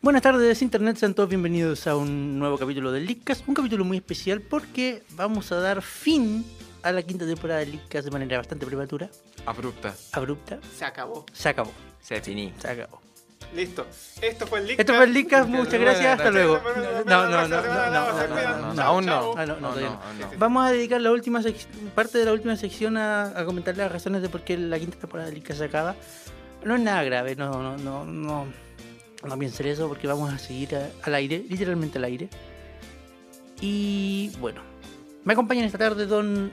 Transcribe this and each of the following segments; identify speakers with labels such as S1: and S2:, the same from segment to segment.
S1: Buenas tardes, Internet. Sean todos bienvenidos a un nuevo capítulo del Leadcast. Un capítulo muy especial porque vamos a dar fin a la quinta temporada del Leadcast de manera bastante prematura,
S2: Abrupta.
S1: abrupta.
S3: Se acabó.
S1: Se acabó,
S2: Se finí.
S1: se acabó.
S3: Listo. Esto fue el Lick.
S1: Esto fue el Leadcast. Muchas
S2: Buenas
S1: gracias. Hasta
S2: noches.
S1: luego.
S3: No, no, no, no, no,
S2: no,
S3: no,
S2: no, aún
S3: no, aún
S2: no.
S1: Ah, no, no, todavía no.
S2: aún
S3: Sí, sí.
S1: Vamos a dedicar la última sec- parte de la última sección a, a comentar las razones de por qué la quinta temporada del Ica se acaba. No es nada grave, no, no, no, no, no piensen eso porque vamos a seguir a- al aire, literalmente al aire. Y bueno, me acompañan esta tarde don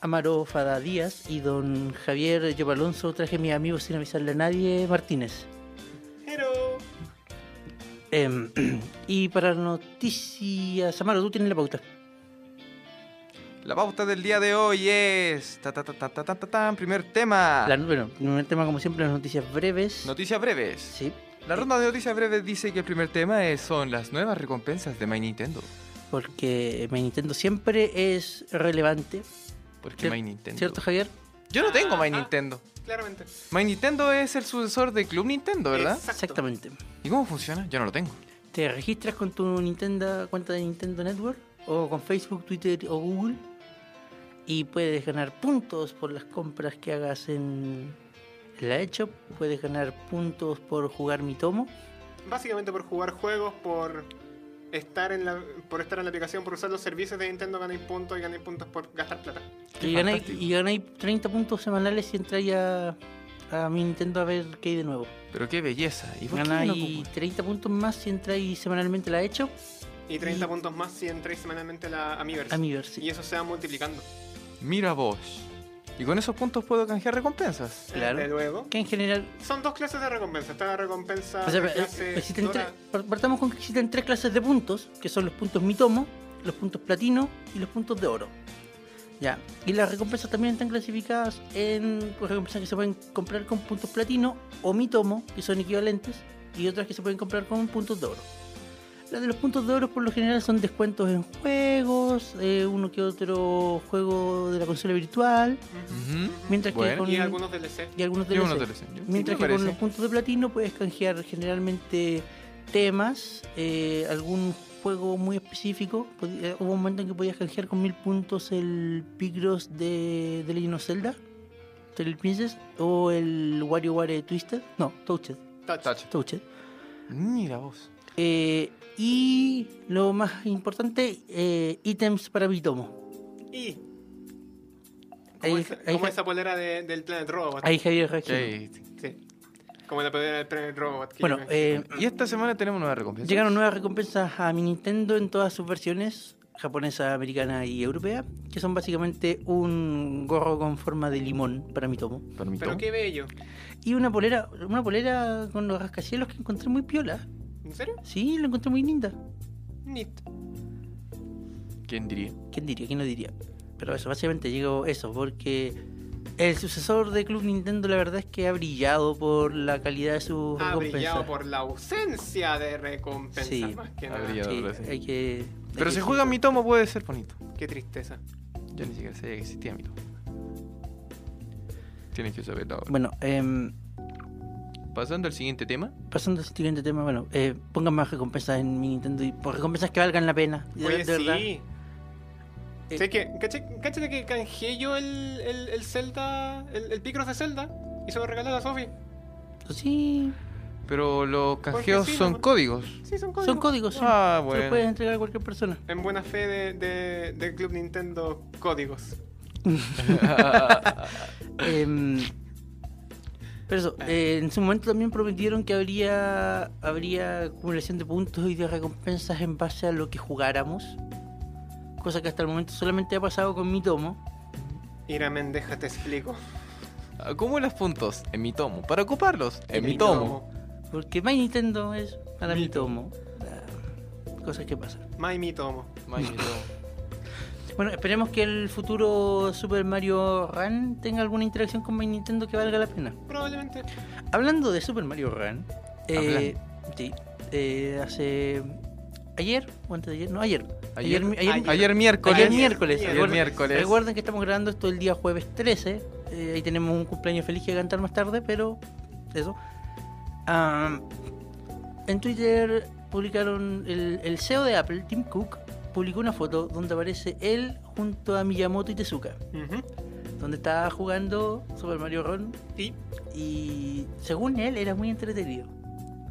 S1: Amaro Fada Díaz y don Javier Yo Alonso. Traje a mis amigos sin avisarle a nadie, Martínez.
S3: Pero-
S1: Em, y para noticias, Amaro, tú tienes la pauta.
S2: La pauta del día de hoy es. Ta, ta, ta, ta, ta, ta, ta, tan. primer tema.
S1: La- bueno, primer tema como siempre, las noticias breves.
S2: Noticias breves.
S1: Sí,
S2: La ronda de noticias breves dice que el primer tema es, son las nuevas recompensas de My Nintendo.
S1: porque mi Nintendo siempre es relevante,
S2: Porque
S1: Cier-
S2: My Nintendo.
S1: ¿cierto Javier?
S2: Yo no tengo My
S3: Ah.
S2: Nintendo.
S3: Claramente.
S2: My Nintendo es el sucesor de Club Nintendo, ¿verdad?
S3: Exacto.
S1: Exactamente.
S2: ¿Y cómo funciona? Yo no lo tengo.
S1: ¿Te registras con tu Nintendo, cuenta de Nintendo Network o con Facebook, Twitter o Google? Y puedes ganar puntos por las compras que hagas en la eShop. Puedes ganar puntos por jugar mi tomo.
S3: Básicamente por jugar juegos, por estar en la por estar en la aplicación, por usar los servicios de Nintendo ganáis puntos y ganáis puntos por gastar plata.
S2: Qué
S1: Y ganáis,
S2: fantástico.
S1: y ganáis 30 puntos semanales y entráis a, a mi Nintendo a ver qué hay de nuevo.
S2: Pero qué belleza. ¿Y por qué no
S1: Ganáis
S2: ocupo?
S1: 30 puntos más si entráis semanalmente a la eShop.
S3: Y 30
S1: Y-
S3: puntos más si entráis semanalmente a la Amiiverse.
S1: A mi ver si.
S3: Y eso se va multiplicando.
S2: Mira vos. Y con esos puntos puedo canjear recompensas.
S1: Claro.
S3: De luego.
S1: Que en general.
S3: Son dos clases de recompensa. Está la recompensa
S1: o sea,
S3: de
S1: eh,
S3: clase
S1: existen
S3: dora-
S1: tres- par- partamos con que existen tres clases de puntos, que son los puntos mitomo, los puntos platino y los puntos de oro. Ya. Y las recompensas también están clasificadas en pues, recompensas que se pueden comprar con puntos platino o mitomo, que son equivalentes, y otras que se pueden comprar con puntos de oro. Las de los puntos de oro por lo general son descuentos en juegos, eh, uno que otro juego de la consola virtual,
S2: Ujú.
S1: mientras que
S2: Bueno.
S1: con,
S3: Y algunos DLC.
S1: y algunos
S2: Yo no
S1: DLC.
S2: te lo sé. Yo- sí,
S1: Mientras
S2: me
S1: que con
S2: parece.
S1: los puntos de platino puedes canjear generalmente temas, eh, algún juego muy específico. Pod- eh, Hubo un momento en que podías canjear con mil puntos el Picross de, de Legend of Zelda, de Little Princess, o el WarioWare Twisted, no, Touched,
S3: Touch.
S2: Touch.
S1: Touched.
S2: Mira vos.
S1: Eh, y lo más importante, eh, ítems para Bitomo.
S3: Y
S1: Ahí-
S3: como, esa,
S1: ahí-
S3: como esa polera de- del Planet Robot.
S1: Ahí Javier reacciona.
S2: Ey,
S3: Sí. Como la polera del Planet Robot. que
S1: Bueno,
S3: yo me-
S1: eh,
S2: Y esta semana tenemos nuevas recompensas.
S1: Llegaron nuevas recompensas a mi Nintendo en todas sus versiones, japonesa, americana y europea, que son básicamente un gorro con forma de limón para mi tomo.
S2: Para mi
S3: Pero
S2: tomo.
S3: qué bello.
S1: Y una polera, una polera con los rascacielos que encontré muy piola.
S3: ¿En serio?
S1: Sí, la encontré muy linda.
S3: Nit.
S2: ¿Quién diría?
S1: ¿Quién diría? ¿Quién lo diría? Pero eso, básicamente llegó eso, porque el sucesor de Club Nintendo la verdad es que ha brillado por la calidad de sus
S3: Ha brillado
S1: recompensas.
S3: por la ausencia de recompensas
S1: Sí.
S3: más que
S2: Ha
S3: nada.
S2: brillado.
S1: Sí,
S2: por-
S1: hay que... hay
S2: Pero
S1: que
S2: si juega mi tomo puede ser bonito.
S3: Qué tristeza.
S2: Yo ni siquiera sabía que existía mi tomo. Tienes que saberlo ahora.
S1: Bueno, eh,
S2: Pasando al siguiente tema.
S1: Pasando al siguiente tema, bueno, eh, pongan más recompensas en mi Nintendo y por recompensas que valgan la pena. De,
S3: Oye,
S1: de verdad.
S3: sí.
S1: Eh.
S3: Sé que, caché- cáchate que canjeé yo el, el, el Zelda, el, el Picross de Zelda y se lo regalé a la Sofi.
S1: Pues Sí,
S2: Pero los canjeos
S3: sí, no,
S2: son
S3: porque-
S2: códigos.
S3: Sí, son códigos.
S1: son códigos. sí.
S2: Ah,
S1: Se los
S2: bueno.
S1: puedes entregar a cualquier persona.
S3: En buena fe de- de- del Club Nintendo, códigos.
S1: Em, pero eso, eh, en su momento también prometieron que habría, habría acumulación de puntos y de recompensas en base a lo que jugáramos. Cosa que hasta el momento solamente ha pasado con mi tomo.
S3: Ira Mendeja, te explico.
S2: ¿Cómo los puntos? En mi tomo. Para ocuparlos. En mi tomo.
S1: Porque My Nintendo es para mi
S3: Mi
S1: tomo. Ah, Cosas que pasan.
S3: My Mi Tomo.
S2: Más mi tomo.
S1: Bueno, esperemos que el futuro Super Mario Run tenga alguna interacción con My Nintendo que valga la pena.
S3: Probablemente.
S1: Hablando de Super Mario Run, eh, sí, eh, hace ayer o antes de ayer, no ayer, ayer,
S2: Ayer-
S1: mi- ayer,
S3: ayer-
S2: Ayer miércoles.
S1: ayer miércoles,
S3: ayer
S1: recuerden,
S2: miércoles.
S1: recuerden que estamos grabando esto el día jueves 13, eh, ahí tenemos un cumpleaños feliz que cantar más tarde, pero eso. Am, en Twitter publicaron el, el CEO de Apple, Tim Cook, publicó una foto donde aparece él junto a Miyamoto y Tezuka
S3: Ujú.
S1: donde estaba jugando Super Mario Run
S3: Sí.
S1: y según él era muy entretenido.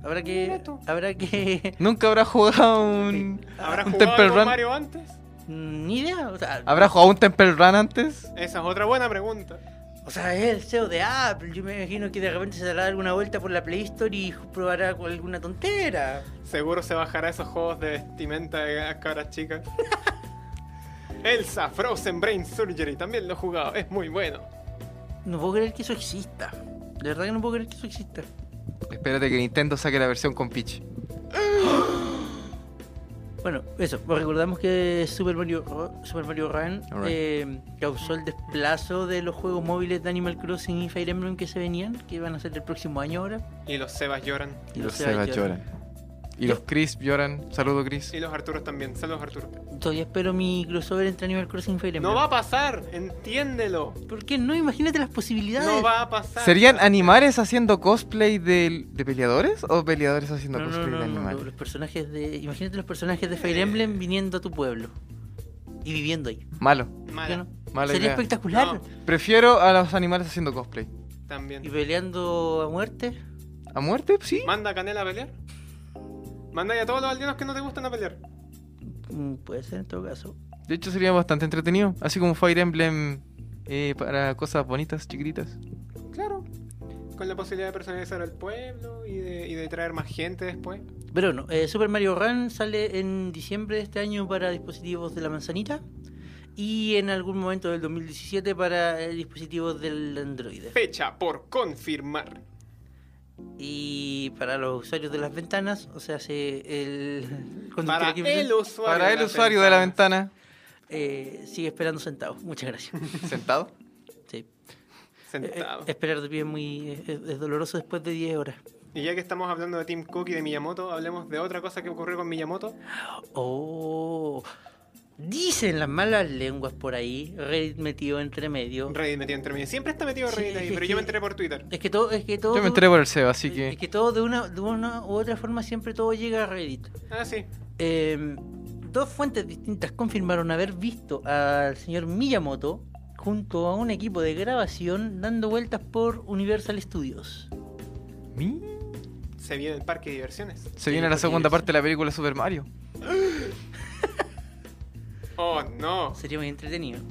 S1: Habrá que
S3: Mira tú.
S1: habrá que
S2: Nunca habrá jugado un.
S3: ¿Habrá
S2: Un
S3: jugado
S2: Temple
S3: algo
S2: Run.
S3: Mario antes?
S1: Mm, ni idea, o sea,
S2: ¿Habrá jugado un Temple Run antes?
S3: Esa es otra buena pregunta.
S1: o sea, es el CEO de Apple, yo me imagino que de repente se dará alguna vuelta por la Play Store y probará con alguna tontera.
S3: Seguro se bajará esos juegos de vestimenta de caras chicas. Elsa, Frozen Brain Surgery, también lo he jugado, es muy bueno.
S1: No puedo creer que eso exista. De verdad que no puedo creer que eso exista.
S2: Espérate que Nintendo saque la versión con Peach.
S1: Bueno, eso, pues recordamos que Super Mario, Ro- Super Mario Run
S2: Alright.
S1: eh, causó el desplazo de los juegos móviles de Animal Crossing y Fire Emblem que se venían, que iban a ser el próximo año ahora.
S3: Y los Sebas lloran.
S2: Y los
S1: Sebas
S2: Sebas
S1: lloran.
S2: lloran. Y los Chris lloran. Saludo, Chris.
S3: Y los Arturos también, saludos Arturo.
S1: Todavía espero mi crossover entre Animal Crossing y Fire Emblem.
S3: No va a pasar, entiéndelo.
S1: ¿Por qué no? Imagínate las posibilidades.
S3: No va a pasar.
S2: ¿Serían animales haciendo cosplay de, de peleadores o peleadores haciendo
S1: No, no,
S2: cosplay
S1: no,
S2: de
S1: no,
S2: animales?
S1: Los personajes de. Imagínate los personajes de Fire Emblem viniendo a tu pueblo. Y viviendo ahí.
S2: Malo,
S1: ¿Por qué
S3: Mala.
S1: no?
S2: mala
S1: Sería
S2: idea.
S1: espectacular.
S3: No.
S2: Prefiero a los animales haciendo cosplay.
S1: Y
S3: También.
S1: peleando a muerte.
S2: ¿A muerte? Sí.
S3: ¿Manda a Canela a pelear? Manda a todos los aldeanos que no te gustan a pelear.
S1: Mm, Puede ser en todo caso.
S2: De hecho, sería bastante entretenido. Así como Fire Emblem eh, para cosas bonitas, chiquititas.
S3: Claro. Con la posibilidad de personalizar al pueblo y de, y de traer más gente después.
S1: Pero no, eh, Super Mario Run sale en diciembre de este año para dispositivos de la manzanita. Y en algún momento del 2017 para eh, dispositivos del Android.
S3: Fecha por confirmar.
S1: Y para los usuarios de las ventanas, o sea, se- el
S3: Para
S1: conductor que-
S3: el usuario.
S2: Para
S3: de
S2: el
S3: la
S2: usuario de la ventana.
S1: eh, sigue esperando sentado. Muchas gracias.
S2: Sentado.
S1: Sí. Eh, eh,
S3: Sentado.
S1: esperar de pie es muy es, es doloroso después de 10 horas.
S3: Y ya que estamos hablando de Tim Cook y de Miyamoto, hablemos de otra cosa que ocurrió con Miyamoto.
S1: Oh. Dicen las malas lenguas por ahí, Reddit metido entre medio.
S3: Reddit metido entre medio. Siempre está metido
S1: Sí,
S3: Reddit
S1: es
S3: ahí,
S1: que-
S3: pero yo me enteré por Twitter.
S1: Es que todo es que todo
S2: Yo me enteré por el SEO, así
S1: es
S2: que.
S1: que todo de una de una u otra forma siempre todo llega a Reddit.
S3: Ah, sí.
S1: Eh, dos fuentes distintas confirmaron haber visto al señor Miyamoto junto a un equipo de grabación dando vueltas por Universal Studios.
S2: Mi-
S3: Se viene el parque de diversiones.
S2: Se viene la
S1: porque
S2: segunda
S1: es-
S2: parte de la película Super Mario.
S3: Oh, no.
S1: Sería muy entretenido.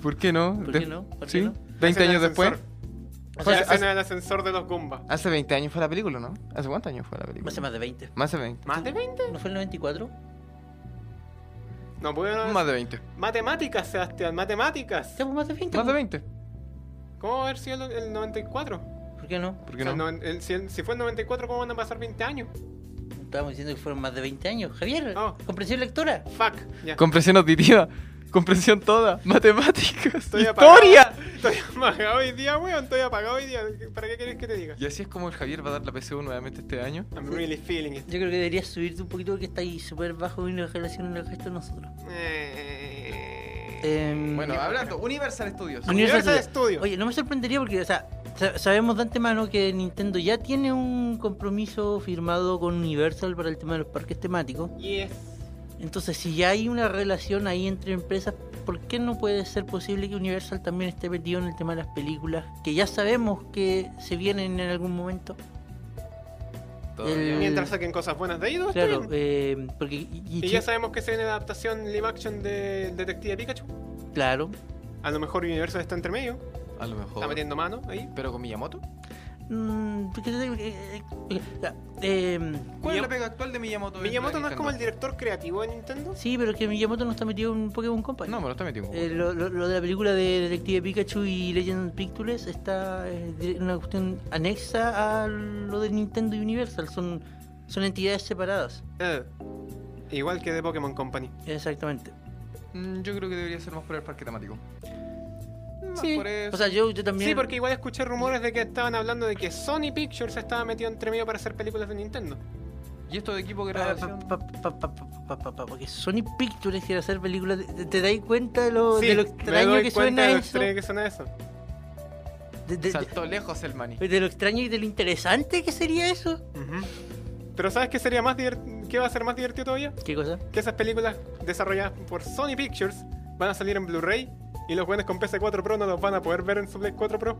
S2: ¿Por qué no?
S1: ¿Por
S2: De-
S1: qué no? ¿Por qué
S2: Sí,
S1: no?
S2: 20
S3: Escena
S2: años
S3: del
S2: después.
S3: ascensor.
S1: O
S3: la
S1: sea,
S3: escena del ascensor de los Goombas.
S2: Hace 20 años fue la película, ¿no? ¿Hace cuántos años fue la película?
S1: hace más de 20.
S2: Más de 20.
S3: ¿Más de 20?
S1: ¿No fue el 94?
S3: No puedo.
S2: Más de 20.
S3: Matemáticas, Sebastián, matemáticas.
S1: Estamos más de 20.
S2: Más de
S1: po.
S2: 20.
S3: ¿Cómo haber sido el- el 94?
S1: ¿Por qué no?
S2: ¿Por
S3: O
S2: qué
S3: sea,
S2: no?
S3: el noven- el- si, el- si fue el 94, ¿cómo van a pasar 20 años?
S1: Estábamos diciendo que fueron más de 20 años. Javier,
S2: Ah.
S3: Oh.
S1: comprensión lectora.
S3: Fuck. Ya.
S2: Comprensión auditiva. Comprensión toda. Matemáticas.
S3: Estoy apagado.
S2: historia.
S3: Estoy apagado hoy día, weón. Estoy apagado hoy día. ¿Para qué querés que te diga?
S2: Y así es como el Javier va a dar la PSU nuevamente este año.
S3: I'm really feeling it.
S1: Yo creo que deberías subirte un poquito porque está ahí súper bajo en relación al resto de nosotros.
S3: Eh...
S1: Em,
S2: Bueno,
S1: ya.
S2: hablando, Universal Studios.
S1: Uni- Universal
S3: Universal Studios.
S1: Oye, no me sorprendería porque, o sea, sa- sabemos de antemano que Nintendo ya tiene un compromiso firmado con Universal para el tema de los parques temáticos.
S3: Yes.
S1: Entonces, si ya hay una relación ahí entre empresas, ¿por qué no puede ser posible que Universal también esté metido en el tema de las películas que ya sabemos que se vienen en algún momento?
S2: Todavía.
S1: El-
S3: Eh, Mientras saquen cosas buenas de ahí, todo está
S1: eh, Claro,
S3: bien.
S1: eh, porque y- y-
S3: Y ya sabemos que se viene la adaptación live action de Detective Pikachu.
S1: claro,
S3: A lo mejor Universal está entre medio,
S2: A lo
S3: está
S2: mejor.
S3: metiendo mano ahí.
S2: Pero con Miyamoto.
S1: Mm, porque, eh, eh, eh,
S2: ¿Cuál es
S1: Miyam-
S2: la pega actual de Miyamoto?
S3: Miyamoto no es como el director creativo de Nintendo.
S1: Sí, pero es que Miyamoto no está metido en Pokémon Company.
S2: No, me lo está metiendo.
S1: Eh, lo, lo- lo de la película de Detective Pikachu y Legend Pictures está eh, dire- una cuestión anexa a lo de Nintendo y Universal. Son, son entidades separadas.
S3: Eh, igual que de Pokémon Company.
S1: Exactamente.
S2: Mm, Yo creo que debería ser más por el parque temático. Más
S3: Sí.
S2: por eso.
S1: O sea, yo, yo también.
S3: Sí, porque igual escuché rumores de que estaban hablando de que Sony Pictures estaba metido entre medio para hacer películas de Nintendo.
S2: y esto de equipo que
S1: Pa-
S2: grabación.
S1: pa- pa- pa- pa- pa- pa- pa- Porque Sony Pictures quiere hacer películas. de- ¿Te, te dais cuenta de lo,
S3: Sí,
S1: de lo
S3: me
S1: extraño
S3: doy
S1: que
S3: cuenta
S1: suena
S3: de lo
S1: eso?
S3: extraño que suena eso.
S1: De- de-
S2: Saltó lejos el maní.
S1: de- de lo extraño y de lo interesante que sería eso.
S3: Pero ¿sabes qué sería más divert- qué va a ser más divertido todavía?
S1: ¿Qué cosa?
S3: Que esas películas desarrolladas por Sony Pictures van a salir en Blu-ray y los buenos con PC4 Pro no los van a poder ver en su Play 4 Pro.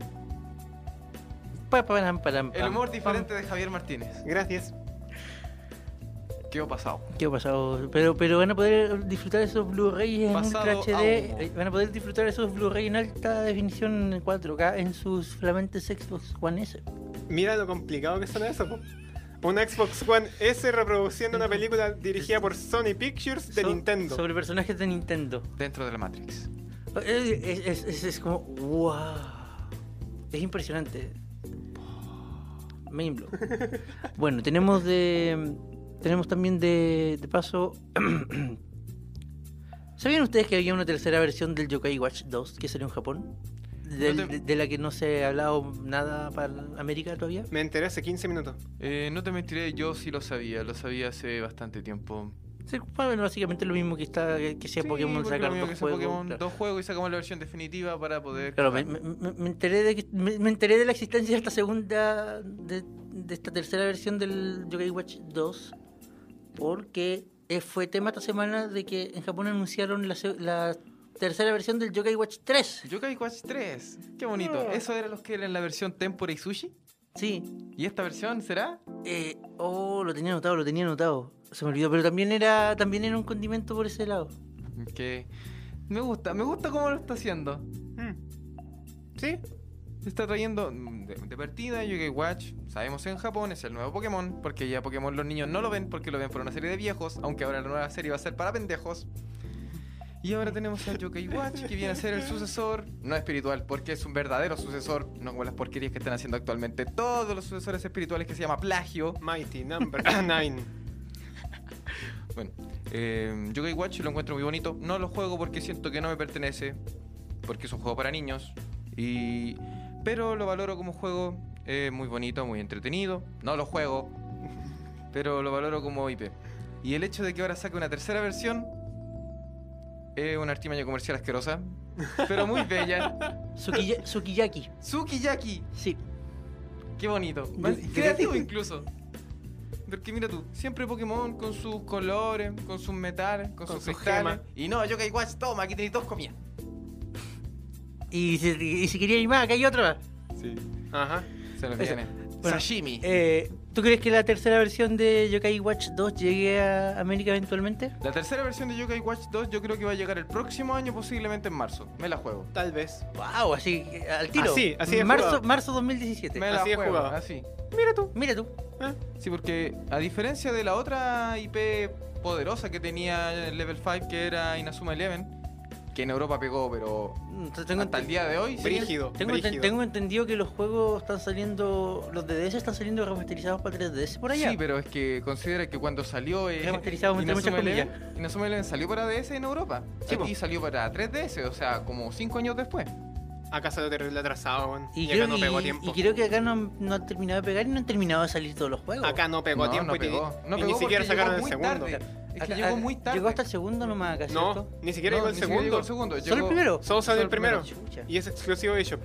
S1: Pa- pa- pam, pam,
S2: El
S1: pam,
S2: humor
S1: pam.
S2: diferente de Javier Martínez.
S3: Gracias.
S2: Quedó pasado.
S1: ¿Qué ha pasado? Pero, pero van a poder disfrutar esos Blu-rays en
S2: Pasado
S1: Ultra HD,
S2: a humo.
S1: eh, van a poder disfrutar esos Blu-rays en alta definición en 4K en sus flamantes Xbox One S.
S3: Mira lo complicado que suena eso, po. Una Xbox One S reproduciendo una película dirigida por Sony Pictures de
S1: So-
S3: Nintendo.
S1: Sobre personajes de Nintendo.
S2: Dentro de la Matrix.
S1: Eh, Es, es- es- es como, wow. Es impresionante. Main blow. Bueno, tenemos de. Tenemos también de, de paso. ¿Sabían ustedes que había una tercera versión del Yokai Watch 2 que salió en Japón? Del-
S2: No
S1: de,
S2: te-
S1: de la que no se ha hablado nada para América todavía.
S3: Me enteré hace 15 minutos.
S2: Eh, no te mentiré, yo sí lo sabía. Lo sabía hace bastante tiempo.
S1: Se bueno, básicamente lo mismo que está que sea
S2: Sí,
S1: Pokémon
S2: porque lo
S1: sacar
S2: mismo
S1: dos
S2: que sea
S1: juegos.
S2: Pokémon,
S1: claro.
S2: dos juegos y sacamos la versión definitiva para poder.
S1: Claro, me,
S2: jugar.
S1: me- me- me enteré de que- me, me enteré de la existencia de esta segunda, de, de esta tercera versión del Yokai Watch 2, porque eh, fue tema esta semana de que en Japón anunciaron la, se- la tercera versión del Yokai Watch 3.
S2: Yokai Watch 3. Qué bonito.
S1: Ah.
S3: No.
S2: ¿Eso eran los que eran la versión Tempura y Sushi?
S1: Sí,
S2: ¿Y esta versión será?
S1: eh, oh, lo tenía anotado, lo tenía anotado, se me olvidó, pero también era, también era un condimento por ese lado.
S2: Que. Me gusta, me gusta cómo lo está haciendo.
S3: Mm.
S1: Hmm.
S3: ¿Sí?
S2: Está trayendo mm, de, de partida Yokai Watch. Sabemos en Japón es el nuevo Pokémon. Porque ya Pokémon los niños no lo ven porque lo ven por una serie de viejos. Aunque ahora la nueva serie va a ser para pendejos. Y ahora tenemos a Yokai Watch que viene a ser el sucesor. No espiritual porque es un verdadero sucesor. No como las porquerías que están haciendo actualmente todos los sucesores espirituales que se llama plagio.
S3: Mighty Number 9.
S2: Bueno, eh, Yokai Watch lo encuentro muy bonito. No lo juego porque siento que no me pertenece. Porque es un juego para niños. Y... Pero lo valoro como juego. eh, muy bonito, muy entretenido. No lo juego. Pero lo valoro como IP. Y el hecho de que ahora saque una tercera versión. Es una artimaña comercial asquerosa. Pero muy bella.
S1: Tsukiya- Tsukiyaki,
S2: Tsukiyaki.
S1: sí.
S2: Qué bonito. Más creativo incluso. Porque mira tú, siempre Pokémon con sus colores, con sus metales, con,
S3: Con
S2: sus
S3: sus
S2: cristales.
S3: gemas.
S2: Y no, Yokai Watch, toma, aquí tenéis dos comidas.
S1: Y si, y si quería ir más, acá hay otra.
S2: Sí.
S3: Ajá.
S2: Se nos
S1: Ese.
S2: viene.
S1: Bueno,
S2: Sashimi.
S1: Eh, ¿Tú crees que la tercera versión de Yokai Watch 2 llegue a América eventualmente?
S2: La tercera versión de Yokai Watch 2 yo creo que va a llegar el próximo año, posiblemente en marzo. Me la juego.
S3: Tal vez.
S1: ¡Wow! Así, eh, al tiro.
S3: Así, así de
S1: marzo,
S3: jugado.
S1: marzo 2017.
S2: Me la
S3: así he
S2: juego,
S3: jugado.
S2: así.
S3: Mira tú.
S1: Mira tú.
S3: ¿eh?
S2: Sí, porque a diferencia de la otra IP poderosa que tenía el Level 5, que era Inazuma Eleven, que en Europa pegó, pero
S1: Mm, Tengo,
S2: hasta el día de hoy sigue-
S3: Brígido.
S1: tengo, enten-
S3: brígido.
S1: tengo entendido que los juegos están saliendo. Los de DS están saliendo remasterizados para 3DS por allá.
S2: Sí, pero es que considera que cuando salió. Eh,
S1: Remasterizado, entre muchas
S2: Inazuma Eleven, Inazuma Eleven salió para DS en Europa.
S1: Sí,
S2: Aquí salió para 3DS, o sea, como 5 años después.
S3: Acá salió terrible atrasado, weón.
S1: y,
S3: Y,
S1: creo,
S3: acá no
S1: y-
S3: pegó a tiempo.
S1: y creo que acá no, han- no han terminado de pegar y no han terminado de salir todos los juegos.
S3: Acá no pegó a
S2: No,
S3: tiempo
S2: no
S3: y, te-
S2: pegó. No
S3: y
S2: pegó
S3: ni siquiera
S2: porque
S3: sacaron el
S2: llegó muy
S3: segundo.
S2: tarde. Es que
S1: Acá-
S2: llegó muy tarde.
S1: Llegó hasta el segundo nomás acá,
S3: No,
S1: ¿cierto?
S3: ni
S2: No,
S3: siquiera llegó el
S2: ni siquiera llegó
S3: segundo.
S2: el segundo.
S1: ¿Solo el
S2: llegó-
S1: primero?
S3: Solo salió
S2: Solo
S3: el primero.
S1: Chucha.
S3: Y es exclusivo de eShop.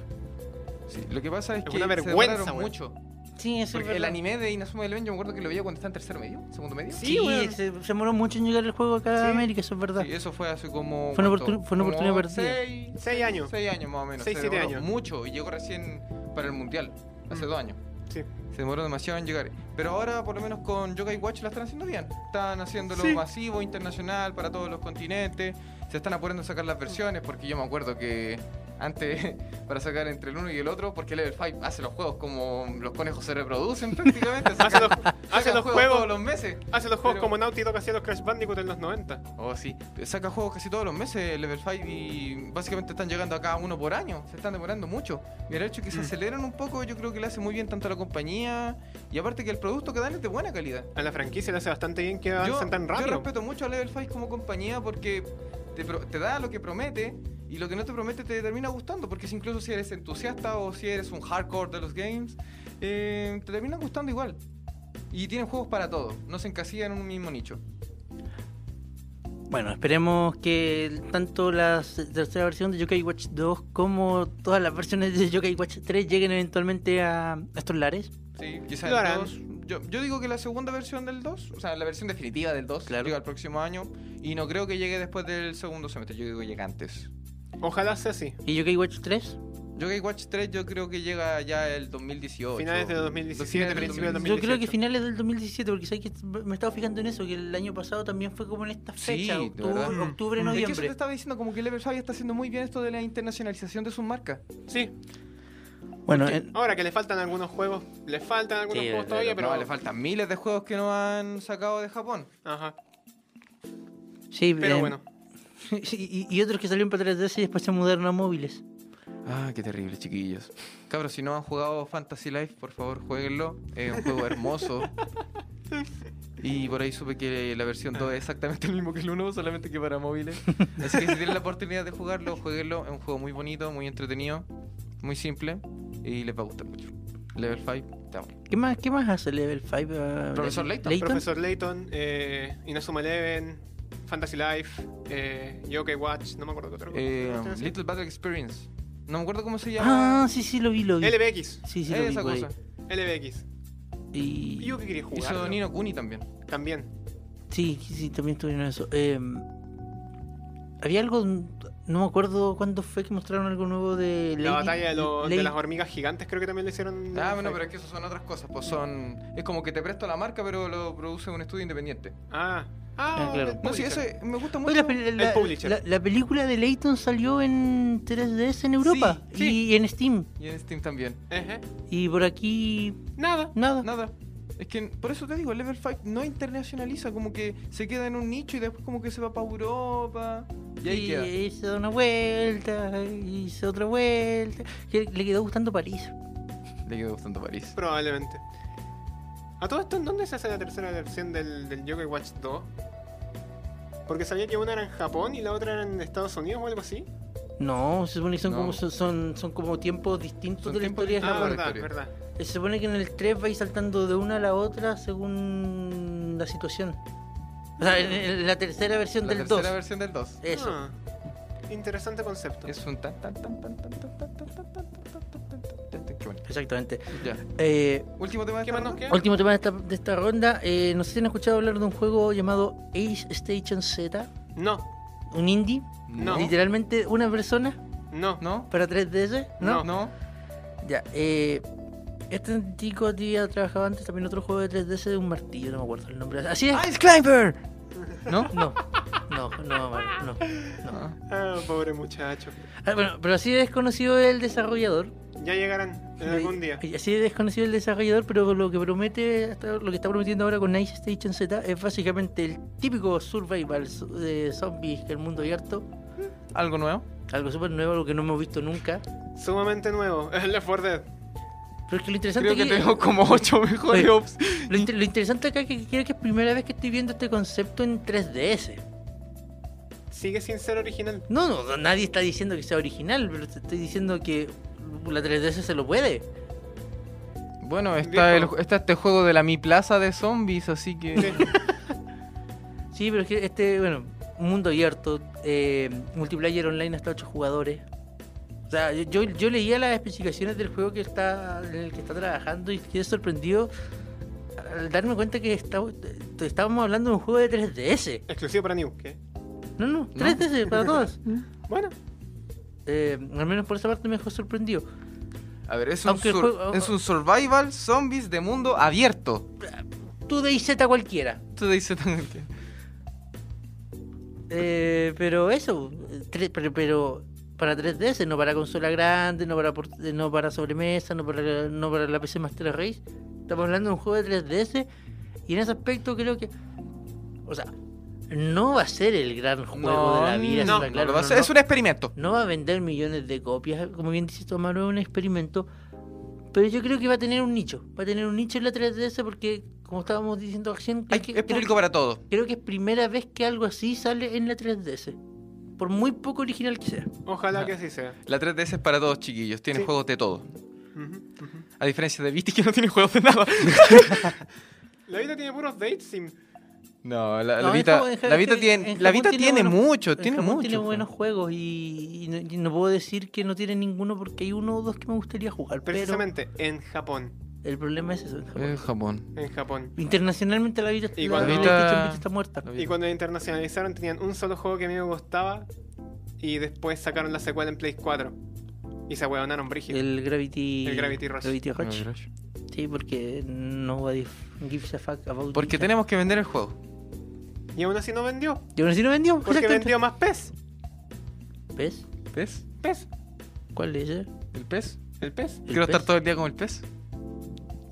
S2: Sí, lo que pasa es,
S3: Es
S2: que
S3: una
S2: se
S3: vergüenza,
S2: demoraron
S3: weón.
S2: mucho.
S1: Sí, eso es
S2: Porque el
S1: verdad.
S2: anime de Inazuma Eleven yo me acuerdo que lo veía cuando estaba en tercero medio, segundo medio.
S1: Sí,
S3: Sí, weón.
S1: se, se demoró mucho en llegar el juego acá a
S3: Sí.
S1: América, eso es verdad.
S2: Sí, eso fue hace como.
S1: Fue una
S2: ¿cuánto?
S1: oportun- fue una
S2: Como
S1: oportunidad perdida.
S2: Seis,
S3: Seis años.
S2: seis años más o menos.
S3: Seis,
S2: se
S3: siete
S2: demoró
S3: años.
S2: Mucho y llegó recién para el mundial, hace
S3: Mm.
S2: dos años.
S3: Sí.
S2: Se demoró demasiado en llegar. Pero ahora, por lo menos con Yokai Watch, la están haciendo bien. Están haciéndolo
S3: Sí.
S2: masivo, internacional, para todos los continentes. Se están apurando a sacar las versiones, porque yo me acuerdo que antes, para sacar entre el uno y el otro, porque Level 5 hace los juegos como los conejos se reproducen prácticamente.
S3: Hace
S2: sacan-
S3: los, hace
S2: sacan
S3: los
S2: todos
S3: juegos,
S2: los meses.
S3: hace los juegos
S2: pero-
S3: como Naughty Dog hacía los Crash Bandicoot en los 90.
S2: Oh, sí. Saca juegos casi todos los meses Level 5 y básicamente están llegando acá uno por año. Se están demorando mucho. Y el hecho que se
S3: Mm.
S2: aceleran un poco, yo creo que le hace muy bien tanto a la compañía. Y aparte que el producto que dan es de buena calidad.
S3: A la franquicia le hace bastante bien que
S2: Yo,
S3: avancen tan
S2: yo
S3: rápido.
S2: respeto mucho a Level 5 como compañía porque te, pro- te da lo que promete y lo que no te promete te termina gustando. Porque si incluso si eres entusiasta o si eres un hardcore de los games, eh, te termina gustando igual. Y tienen juegos para todo. No se encasillan en un mismo nicho.
S1: Bueno, esperemos que el- tanto la s- tercera versión de Yokai Watch 2 como todas las versiones de Yokai Watch 3 lleguen eventualmente a, a estos lares.
S2: Sí,
S3: Lo
S2: quizás
S3: harán.
S2: el 2. Yo, yo digo que la segunda versión del 2, o sea, la versión definitiva del 2,
S1: Claro.
S2: llega el próximo año. Y no creo que llegue después del segundo semestre, yo digo que llega antes.
S3: Ojalá sea así.
S1: ¿Y Yokai Watch 3?
S2: Yokai Watch 3 yo creo que llega ya el 2018.
S3: Finales de 2017, principios de
S1: Yo creo que
S3: 2018.
S1: finales del 2017, porque sabes que me estaba fijando en eso, que el año pasado también fue como en esta
S2: Sí,
S1: fecha,
S2: de
S1: octubre,
S2: verdad. Mm.
S1: octubre,
S2: Es que eso te
S1: noviembre.
S2: estaba diciendo, como que Level 5 está haciendo muy bien esto de la internacionalización de sus marcas.
S3: Sí.
S1: Bueno, en-
S3: Ahora que le faltan algunos juegos, le faltan algunos
S1: Sí,
S3: juegos
S1: de-
S3: todavía, pero.
S2: No, le faltan miles de juegos que no han sacado de Japón.
S3: Ajá.
S1: sí,
S3: Pero
S1: eh,
S3: bueno.
S1: y, y otros que salieron para 3DS y después se mudaron a móviles.
S2: Ah, qué terrible, chiquillos. Cabros, si no han jugado Fantasy Life, por favor, jueguenlo. Es un juego hermoso. Y por ahí supe que la versión 2 es exactamente lo mismo que el 1, solamente que para móviles. Así que si tienen la oportunidad de jugarlo, jueguenlo. Es un juego muy bonito, muy entretenido, muy simple y les va a gustar mucho. Level 5, está bueno.
S1: ¿Qué más, qué más hace Level 5? ah,
S2: Profesor
S1: Le-
S2: Layton.
S3: Profesor Layton, eh, Inazuma Eleven, Fantasy Life, eh, Yokai Watch, no me acuerdo qué otro.
S2: Eh,
S3: ¿Qué otro?
S2: Little Battle Experience. No me acuerdo cómo se llama. Eh,
S1: Ah, sí, sí, lo vi, lo vi.
S3: LBX,
S1: Sí, sí, lo vi.
S2: esa
S1: por ahí.
S2: cosa.
S3: LBX.
S1: Y...
S3: ¿Y yo qué quería jugar?
S2: Hizo
S3: ¿no?
S2: Nino Kuni también.
S3: También.
S1: Sí, sí, también tuvieron eso. Eh, había algo, no me acuerdo cuándo fue que mostraron algo nuevo de
S3: La batalla de, lo- de
S1: Lady-
S3: las hormigas gigantes creo que también le hicieron.
S2: Ah, bueno, pero es que eso son otras cosas. Pues son. Es como que te presto la marca, pero lo produce un estudio independiente.
S3: Ah, ah,
S1: Ah, claro.
S3: el
S2: No, sí, eso
S3: publisher.
S2: es- me gusta
S1: Oye,
S2: mucho.
S1: la, peli- la-
S3: publisher.
S1: la- la película de Layton salió en 3DS en Europa
S2: Sí, sí.
S1: y en Steam.
S2: Y en Steam también.
S3: Ejé.
S1: Y por aquí,
S3: Nada.
S1: nada.
S2: Nada. Es que por eso te digo, el Level 5 no internacionaliza, como que se queda en un nicho y después como que se va para Europa. Y ahí queda.
S1: y se da una vuelta, y se da otra vuelta. Que le quedó gustando París.
S2: Le quedó gustando París.
S3: Probablemente. ¿A todo esto en dónde se hace la tercera versión del, del Yokai Watch 2? Porque sabía que una era en Japón y la otra era en Estados Unidos o algo así.
S1: No, se supone que son,
S2: No.
S1: como, son, son, son como tiempos distintos
S2: Son
S1: de la
S2: tiempos
S1: historia de
S2: distintos.
S3: Ah,
S1: Japón.
S2: Japón.
S3: verdad,
S2: Victoria.
S3: verdad.
S1: Se supone que en el 3 vais saltando de una a la otra según la situación. O sea, en, en la tercera versión
S2: La
S1: del
S2: tercera
S1: 2.
S2: versión del 2.
S1: Eso.
S3: Ah, interesante concepto.
S2: Es un tan tan tan tan tan tan tan tan tan tan tan tan tan tan tan. Qué bueno.
S1: Exactamente.
S2: Ya.
S1: Eh,
S2: Último tema de
S3: ¿Qué
S2: esta
S3: más nos
S2: ronda.
S3: queda?
S1: último tema de esta, de esta ronda. Eh, no sé si han escuchado hablar de un juego llamado Ace Station Z.
S3: No,
S1: Un indie.
S3: No.
S1: Literalmente una persona
S3: no.
S2: No.
S1: para 3DS. ¿No?
S2: No. No.
S1: Ya. eh, este chico había trabajado antes también en otro juego de 3DS de un martillo. No me acuerdo el nombre. Así es.
S2: Ice Climber. ¿No?
S1: No. No, no, Omar, no, no.
S2: Ah.
S3: Ah, pobre muchacho.
S1: Ah, bueno, pero así de desconocido es el desarrollador.
S3: Ya llegarán en algún día.
S1: Y Así de desconocido el desarrollador, pero lo que promete, hasta- lo que está prometiendo ahora con Nice Station Z es básicamente el típico survival su- de zombies que el mundo abierto.
S2: Algo nuevo.
S1: Algo súper nuevo, algo que no hemos visto nunca.
S3: Sumamente nuevo. Es Left 4 Dead.
S1: Pero es que lo interesante,
S2: Creo que
S1: aquí-
S2: tengo como 8 mejores
S1: Oye.
S2: ops.
S1: lo, inter- lo interesante acá es que creo que es primera vez que estoy viendo este concepto en 3DS.
S3: Sigue sin ser original.
S1: No, no, no, nadie está diciendo que sea original, pero te estoy diciendo que la 3DS se lo puede.
S2: Bueno, está, el-
S3: Viejo.
S2: está este juego de la Mi Plaza de zombies, así
S3: Sí.
S2: que.
S1: Sí, pero es que este, bueno, mundo abierto, eh, multiplayer online hasta 8 jugadores. O sea, yo, yo, yo leía las especificaciones del juego que está, en el que está trabajando y quedé sorprendido al darme cuenta que está- eh, estábamos hablando de un juego de 3DS.
S3: Exclusivo para New, ¿qué?
S1: No, no, 3DS para todos.
S3: Bueno,
S1: Eh, al menos por esa parte me dejó sorprendido.
S2: A ver, es un,
S1: Aunque el
S2: sur-
S1: juego-
S2: es un survival zombies de mundo abierto.
S1: Tú de IZ cualquiera.
S2: Tú dices también que-
S1: Eh, pero eso, tre- pero, pero para 3DS, no para consola grande, no para, port- no para sobremesa, no para, no para la PC Master Race. Estamos hablando de un juego de 3DS y en ese aspecto creo que... O sea, no va a ser el gran juego de la vida.
S2: no,
S1: está
S2: no
S1: claro,
S2: lo va a
S1: no,
S2: hacer,
S1: no.
S2: es un experimento.
S1: No va a vender millones de copias, como bien dice Tomaro, es un experimento. Pero yo creo que va a tener un nicho. Va a tener un nicho en la 3DS porque, como estábamos diciendo recién, creo
S2: Hay-
S1: que-
S2: es
S1: creo
S2: público para todo.
S1: Creo que es primera vez que algo así sale en la 3DS. Por muy poco original que sea.
S3: ojalá
S2: Ajá.
S3: que así sea.
S2: La 3DS es para todos, chiquillos. Tiene
S3: Sí.
S2: juegos de todo.
S3: Ujú, ujú.
S2: A diferencia de Viti que no tiene juegos de nada.
S3: La vida tiene puros dates sim.
S2: No, la,
S1: No,
S2: la
S1: en
S2: Vita,
S1: Japón- en Ja-
S2: la Vita
S1: en-
S2: tiene,
S1: en
S2: la
S1: Japón
S2: Vita
S1: tiene
S2: tiene
S1: buenos-
S2: mucho,
S1: En
S2: tiene
S1: Japón
S2: mucho.
S1: Tiene buenos
S2: juego.
S1: juegos y, y no, y no puedo decir que no tiene ninguno porque hay uno o dos que me gustaría jugar. Pero
S3: Precisamente en Japón.
S1: el problema es eso.
S2: Eh, Japón.
S3: En Japón.
S1: Internacionalmente la vida
S3: Y
S1: la
S3: cuando-
S1: PlayStation Vita está muerta.
S2: La Vita-
S3: Y cuando internacionalizaron tenían un solo juego que a mí me gustaba y después sacaron la secuela en Play 4. Y se hueonaron brígido.
S1: El Gravity,
S3: El Gravity Rush.
S2: Ah,
S1: Rush. Sí, porque nobody f- gives a fuck about
S2: Porque
S1: Vita.
S2: tenemos que vender el juego.
S3: Y aún así no vendió.
S1: Y aún así no vendió.
S3: Porque
S1: exactamente.
S3: vendió más PES.
S1: ¿Ves?
S2: ¿Pes?
S3: PES.
S1: ¿Cuál es? eh?
S2: ¿El pez?
S3: El PES.
S2: Quiero estar
S1: pez?
S2: todo el día con el pez.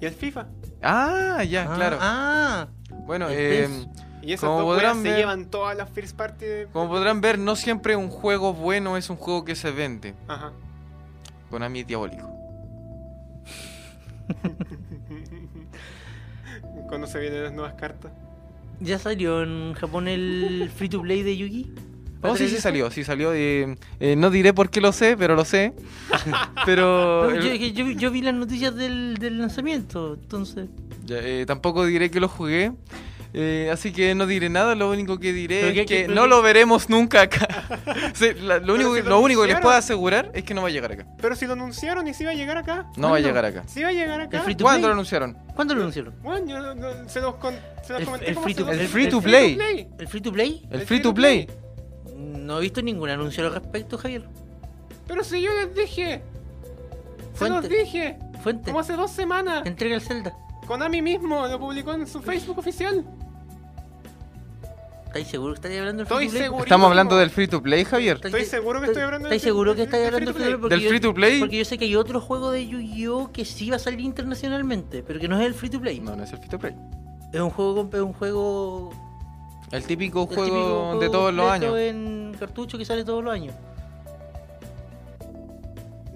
S3: Y el FIFA.
S2: Ah, ya,
S1: Ah,
S2: claro.
S1: Ah,
S2: bueno,
S1: el
S2: eh,
S1: pez.
S3: Y esas
S2: Como
S3: dos weas
S2: podrán
S3: se
S2: ver-
S3: llevan todas las first party de...
S2: como podrán ver, no siempre un juego bueno es un juego que se vende.
S3: Ajá.
S2: Konami es diabólico.
S1: Oh,
S3: Cuando se vienen las nuevas cartas.
S1: ¿Ya salió en Japón el free to play de Yugi?
S2: Oh, sí, sí salió, sí salió. eh, eh, no diré por qué lo sé, pero lo sé. pero
S1: No, yo,
S2: el-
S1: yo- yo vi las noticias del, del lanzamiento, entonces.
S2: ya, eh, tampoco diré que lo jugué. eh, así que no diré nada, lo único que
S1: Pero
S2: diré
S1: que-
S2: es
S1: que-
S2: que
S1: pero
S2: no
S1: que-
S2: lo veremos nunca acá. Sí, la- lo, único que,
S3: si lo
S2: lo único que les
S3: anunciaron.
S2: puedo asegurar es que no va a llegar acá.
S3: Pero si lo anunciaron y si iba a llegar acá.
S2: No va a
S1: ¿Cuándo?
S2: llegar acá.
S3: Si iba a llegar acá.
S1: El free to-
S2: ¿Cuándo
S1: play?
S2: lo anunciaron?
S1: ¿Cuándo lo anunciaron?
S3: Bueno, yo lo- lo- se los, con- se los
S1: El-
S3: comenté
S1: el
S3: como
S1: free
S3: se
S1: to-
S3: los-
S1: el
S3: el
S1: free to
S2: play.
S1: ¿El free to play?
S2: El free to play.
S1: No he visto ningún anuncio al respecto, Javier.
S3: Pero si yo les dije. Se
S1: Fuente.
S3: los dije.
S1: Fuente,
S3: Como hace dos semanas.
S1: entrega el Zelda.
S3: Konami mismo lo publicó en su Facebook oficial.
S1: ¿Estáis seguro que estáis hablando del
S3: Estoy
S1: free to play?
S3: seguro.
S2: Estamos hablando del free to play, Javier.
S3: Estoy seguro que estoy hablando del
S1: ¿Estáis
S3: free-
S1: seguro que
S3: del-
S1: estáis
S3: del
S1: hablando del
S3: free to
S1: free
S2: ¿Del free
S1: to
S2: to
S1: play? Porque
S2: play?
S1: yo sé que hay otro juego de Yu-Gi-Oh! que sí va a salir internacionalmente, pero que no es el free to play.
S2: No, no es el free to play.
S1: Es un juego, es un juego
S2: El típico
S1: El
S2: juego
S1: típico juego
S2: de todos los
S1: completo
S2: años.
S1: en cartucho que sale todos los años.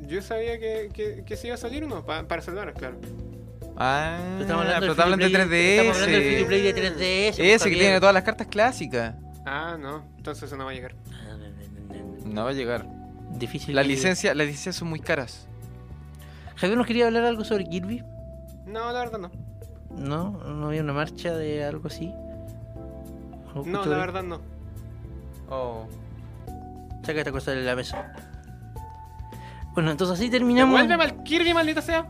S3: Yo sabía que, que, que se iba a salir uno pa- para salvar, claro.
S2: Ah,
S1: Pero
S2: estamos hablando,
S1: del free to play- Estamos hablando del free to
S2: de 3DS.
S1: play de 3DS. pues,
S2: Ese que
S1: Javier.
S2: tiene todas las cartas clásicas.
S3: Ah, no. Entonces eso no va a llegar.
S1: Ah,
S2: No va a llegar.
S1: Difícil.
S2: La
S1: que-
S2: licencia, las licencias son muy caras.
S1: Javier nos quería hablar algo sobre Kirby.
S3: No, la verdad no.
S1: No, no había una marcha de algo así. Algo
S3: No,
S1: sobre-
S3: la verdad no.
S1: Saca esta cosa de la mesa. Bueno, entonces así terminamos.
S3: Vuelve mal Kirby, maldita sea.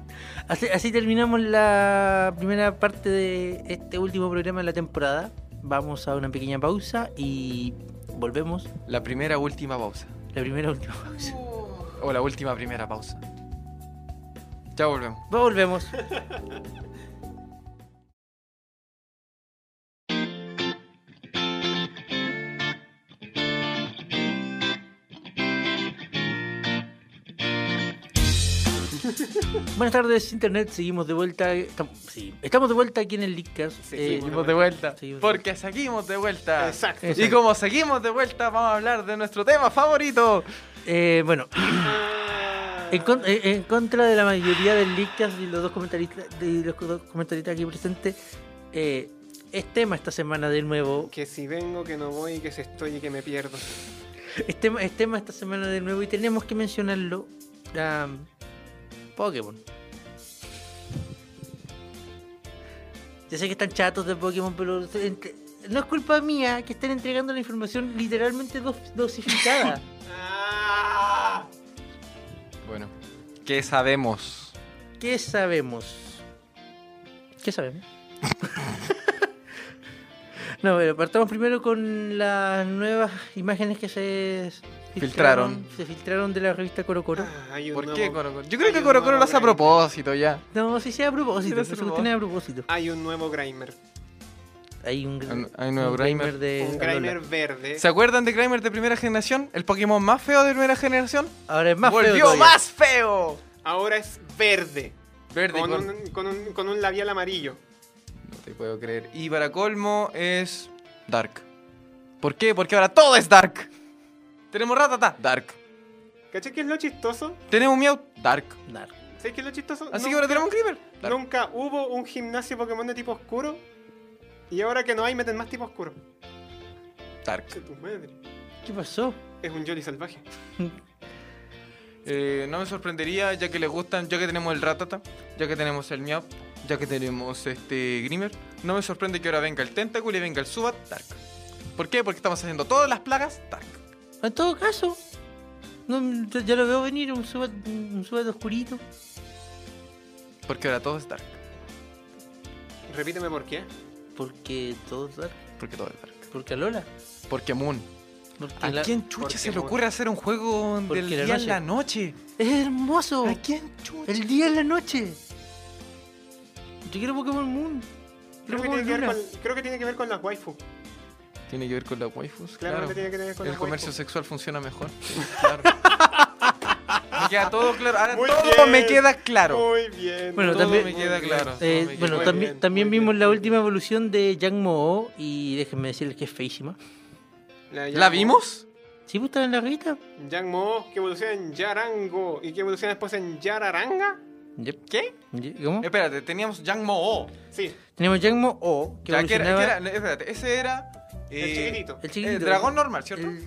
S1: Así, así terminamos la primera parte de este último programa de la temporada. Vamos a una pequeña pausa y volvemos.
S2: La primera última pausa.
S1: La primera última pausa.
S2: O la última primera pausa. Ya volvemos.
S1: Volvemos. Buenas tardes, Internet. Seguimos de vuelta. Estamos, sí, estamos de vuelta aquí en el Leakcast. Eh,
S3: seguimos
S2: Eh, Seguimos de vuelta.
S1: Seguimos de
S2: Porque seguimos de vuelta.
S3: Exacto.
S1: Ah, Exacto.
S2: Y como seguimos de vuelta, vamos a hablar de nuestro tema favorito.
S1: eh, bueno,
S3: Ah.
S1: En, con- eh, en- en contra de la mayoría del Leakcast y los dos comentaristas, de los dos comentaristas aquí presentes, eh, es tema esta semana de nuevo.
S3: Que si vengo, que no voy, que si estoy y que me pierdo.
S1: Es tema, es tema esta semana de nuevo y tenemos que mencionarlo. am, Pokémon. Ya sé que están chatos de Pokémon, pero se- ent- no es culpa mía que estén entregando la información literalmente dos- dosificada.
S3: Ah.
S2: ¿Qué sabemos?
S1: ¿Qué sabemos? ¿Qué sabemos? no, pero partamos primero con las nuevas imágenes que se
S2: Filtraron.
S1: Se filtraron de la revista Coro Coro.
S3: Ah, hay un
S2: ¿Por
S3: nuevo-
S2: qué Coro Coro? Yo creo
S3: hay
S2: que
S3: un
S2: Coro Coro
S3: nuevo
S2: lo hace a
S3: Grimer.
S2: propósito ya.
S1: No, si sea a propósito,
S2: Pero
S1: eso
S2: se
S1: lo
S2: robó.
S1: tiene a propósito.
S3: Hay un nuevo Grimer.
S1: Hay un,
S2: Un- Ah, hay un nuevo
S1: Grimer
S2: Grimer.
S1: de
S3: un
S1: Alola.
S3: Grimer verde.
S2: ¿Se acuerdan de Grimer de primera generación? ¿El Pokémon más feo de primera generación?
S1: Ahora es más feo
S2: ¡Volvió
S1: todavía.
S2: más feo!
S3: Ahora es verde.
S2: Verde,
S3: Con
S2: con-
S3: un, con, un, con un labial amarillo.
S2: No te puedo creer. Y para colmo es Dark. ¿Por qué? Porque ahora todo es Dark. Tenemos Ratata, Dark.
S3: ¿Cachai qué es lo chistoso?
S2: Tenemos Meow, Dark.
S1: Dark.
S3: ¿Sabes qué es lo chistoso?
S2: Así
S3: No-
S2: que ahora tenemos un Creeper. Dark.
S3: Nunca hubo un gimnasio Pokémon de tipo oscuro. Y ahora que no hay, meten más tipo oscuro.
S2: Dark.
S3: Che, tu madre.
S1: ¿Qué pasó?
S3: Es un Jolly salvaje.
S2: Eh, no me sorprendería ya que les gustan, ya que tenemos el Ratata, ya que tenemos el Meow, ya que tenemos este Grimer. No me sorprende que ahora venga el Tentacle y venga el Subat, Dark. ¿Por qué? Porque estamos haciendo todas las plagas, Dark.
S1: En todo caso, no, ya, ya lo veo venir, un subat, un Zubat oscurito.
S2: Porque ahora todo es Dark.
S3: Repíteme por qué.
S1: Porque todo es Dark.
S2: Porque todo es Dark.
S1: Porque Alola.
S2: Porque Moon.
S1: Porque
S2: ¿A
S1: la-
S2: quién chucha
S3: porque
S2: se le
S3: Moon.
S2: ocurre hacer un juego
S1: Porque
S2: del
S1: la
S2: día en
S1: noche.
S2: la noche?
S1: Es hermoso.
S2: ¿A quién chucha?
S1: El día y la noche. Yo quiero Pokémon Moon.
S3: Creo
S1: Quiero
S3: que, tiene
S1: Pokémon
S3: que ver
S1: Luna.
S3: con, creo que tiene que ver con las waifu.
S2: Tiene que ver con las waifus, claro.
S3: Claramente tiene que ver con
S2: El
S3: las
S2: comercio
S3: waifus.
S2: sexual funciona mejor. Claro. me queda todo claro. Ahora
S3: Muy
S2: todo
S3: bien.
S2: me queda claro.
S3: Muy bien.
S1: Bueno,
S2: todo
S1: también-
S2: me queda
S3: Ah,
S2: claro. todo
S1: Eh,
S2: me
S1: bueno,
S2: queda
S3: muy
S2: claro.
S1: también,
S3: bien,
S1: también
S3: muy
S1: vimos
S3: bien.
S1: la última evolución de Yang Mo y déjenme decirles que es feísima.
S3: de
S2: ¿La
S3: Yang
S2: vimos?
S1: ¿Sí gustan en la revista?
S3: Mo- Yang Mo, que evoluciona en Yarango y que evoluciona después en Yararanga.
S1: Yep.
S2: ¿Qué?
S1: Ye- ¿Cómo?
S2: Espérate, teníamos Yang Mo. Oh.
S3: Sí,
S1: Tenemos Yang Mo O, que
S2: Ya, que era- que
S1: evolucionaba
S2: era- espérate, ese era.
S3: el
S2: eh,
S3: chiquitito.
S1: el
S2: el
S1: chiquitito.
S2: dragón normal, ¿cierto?
S1: el-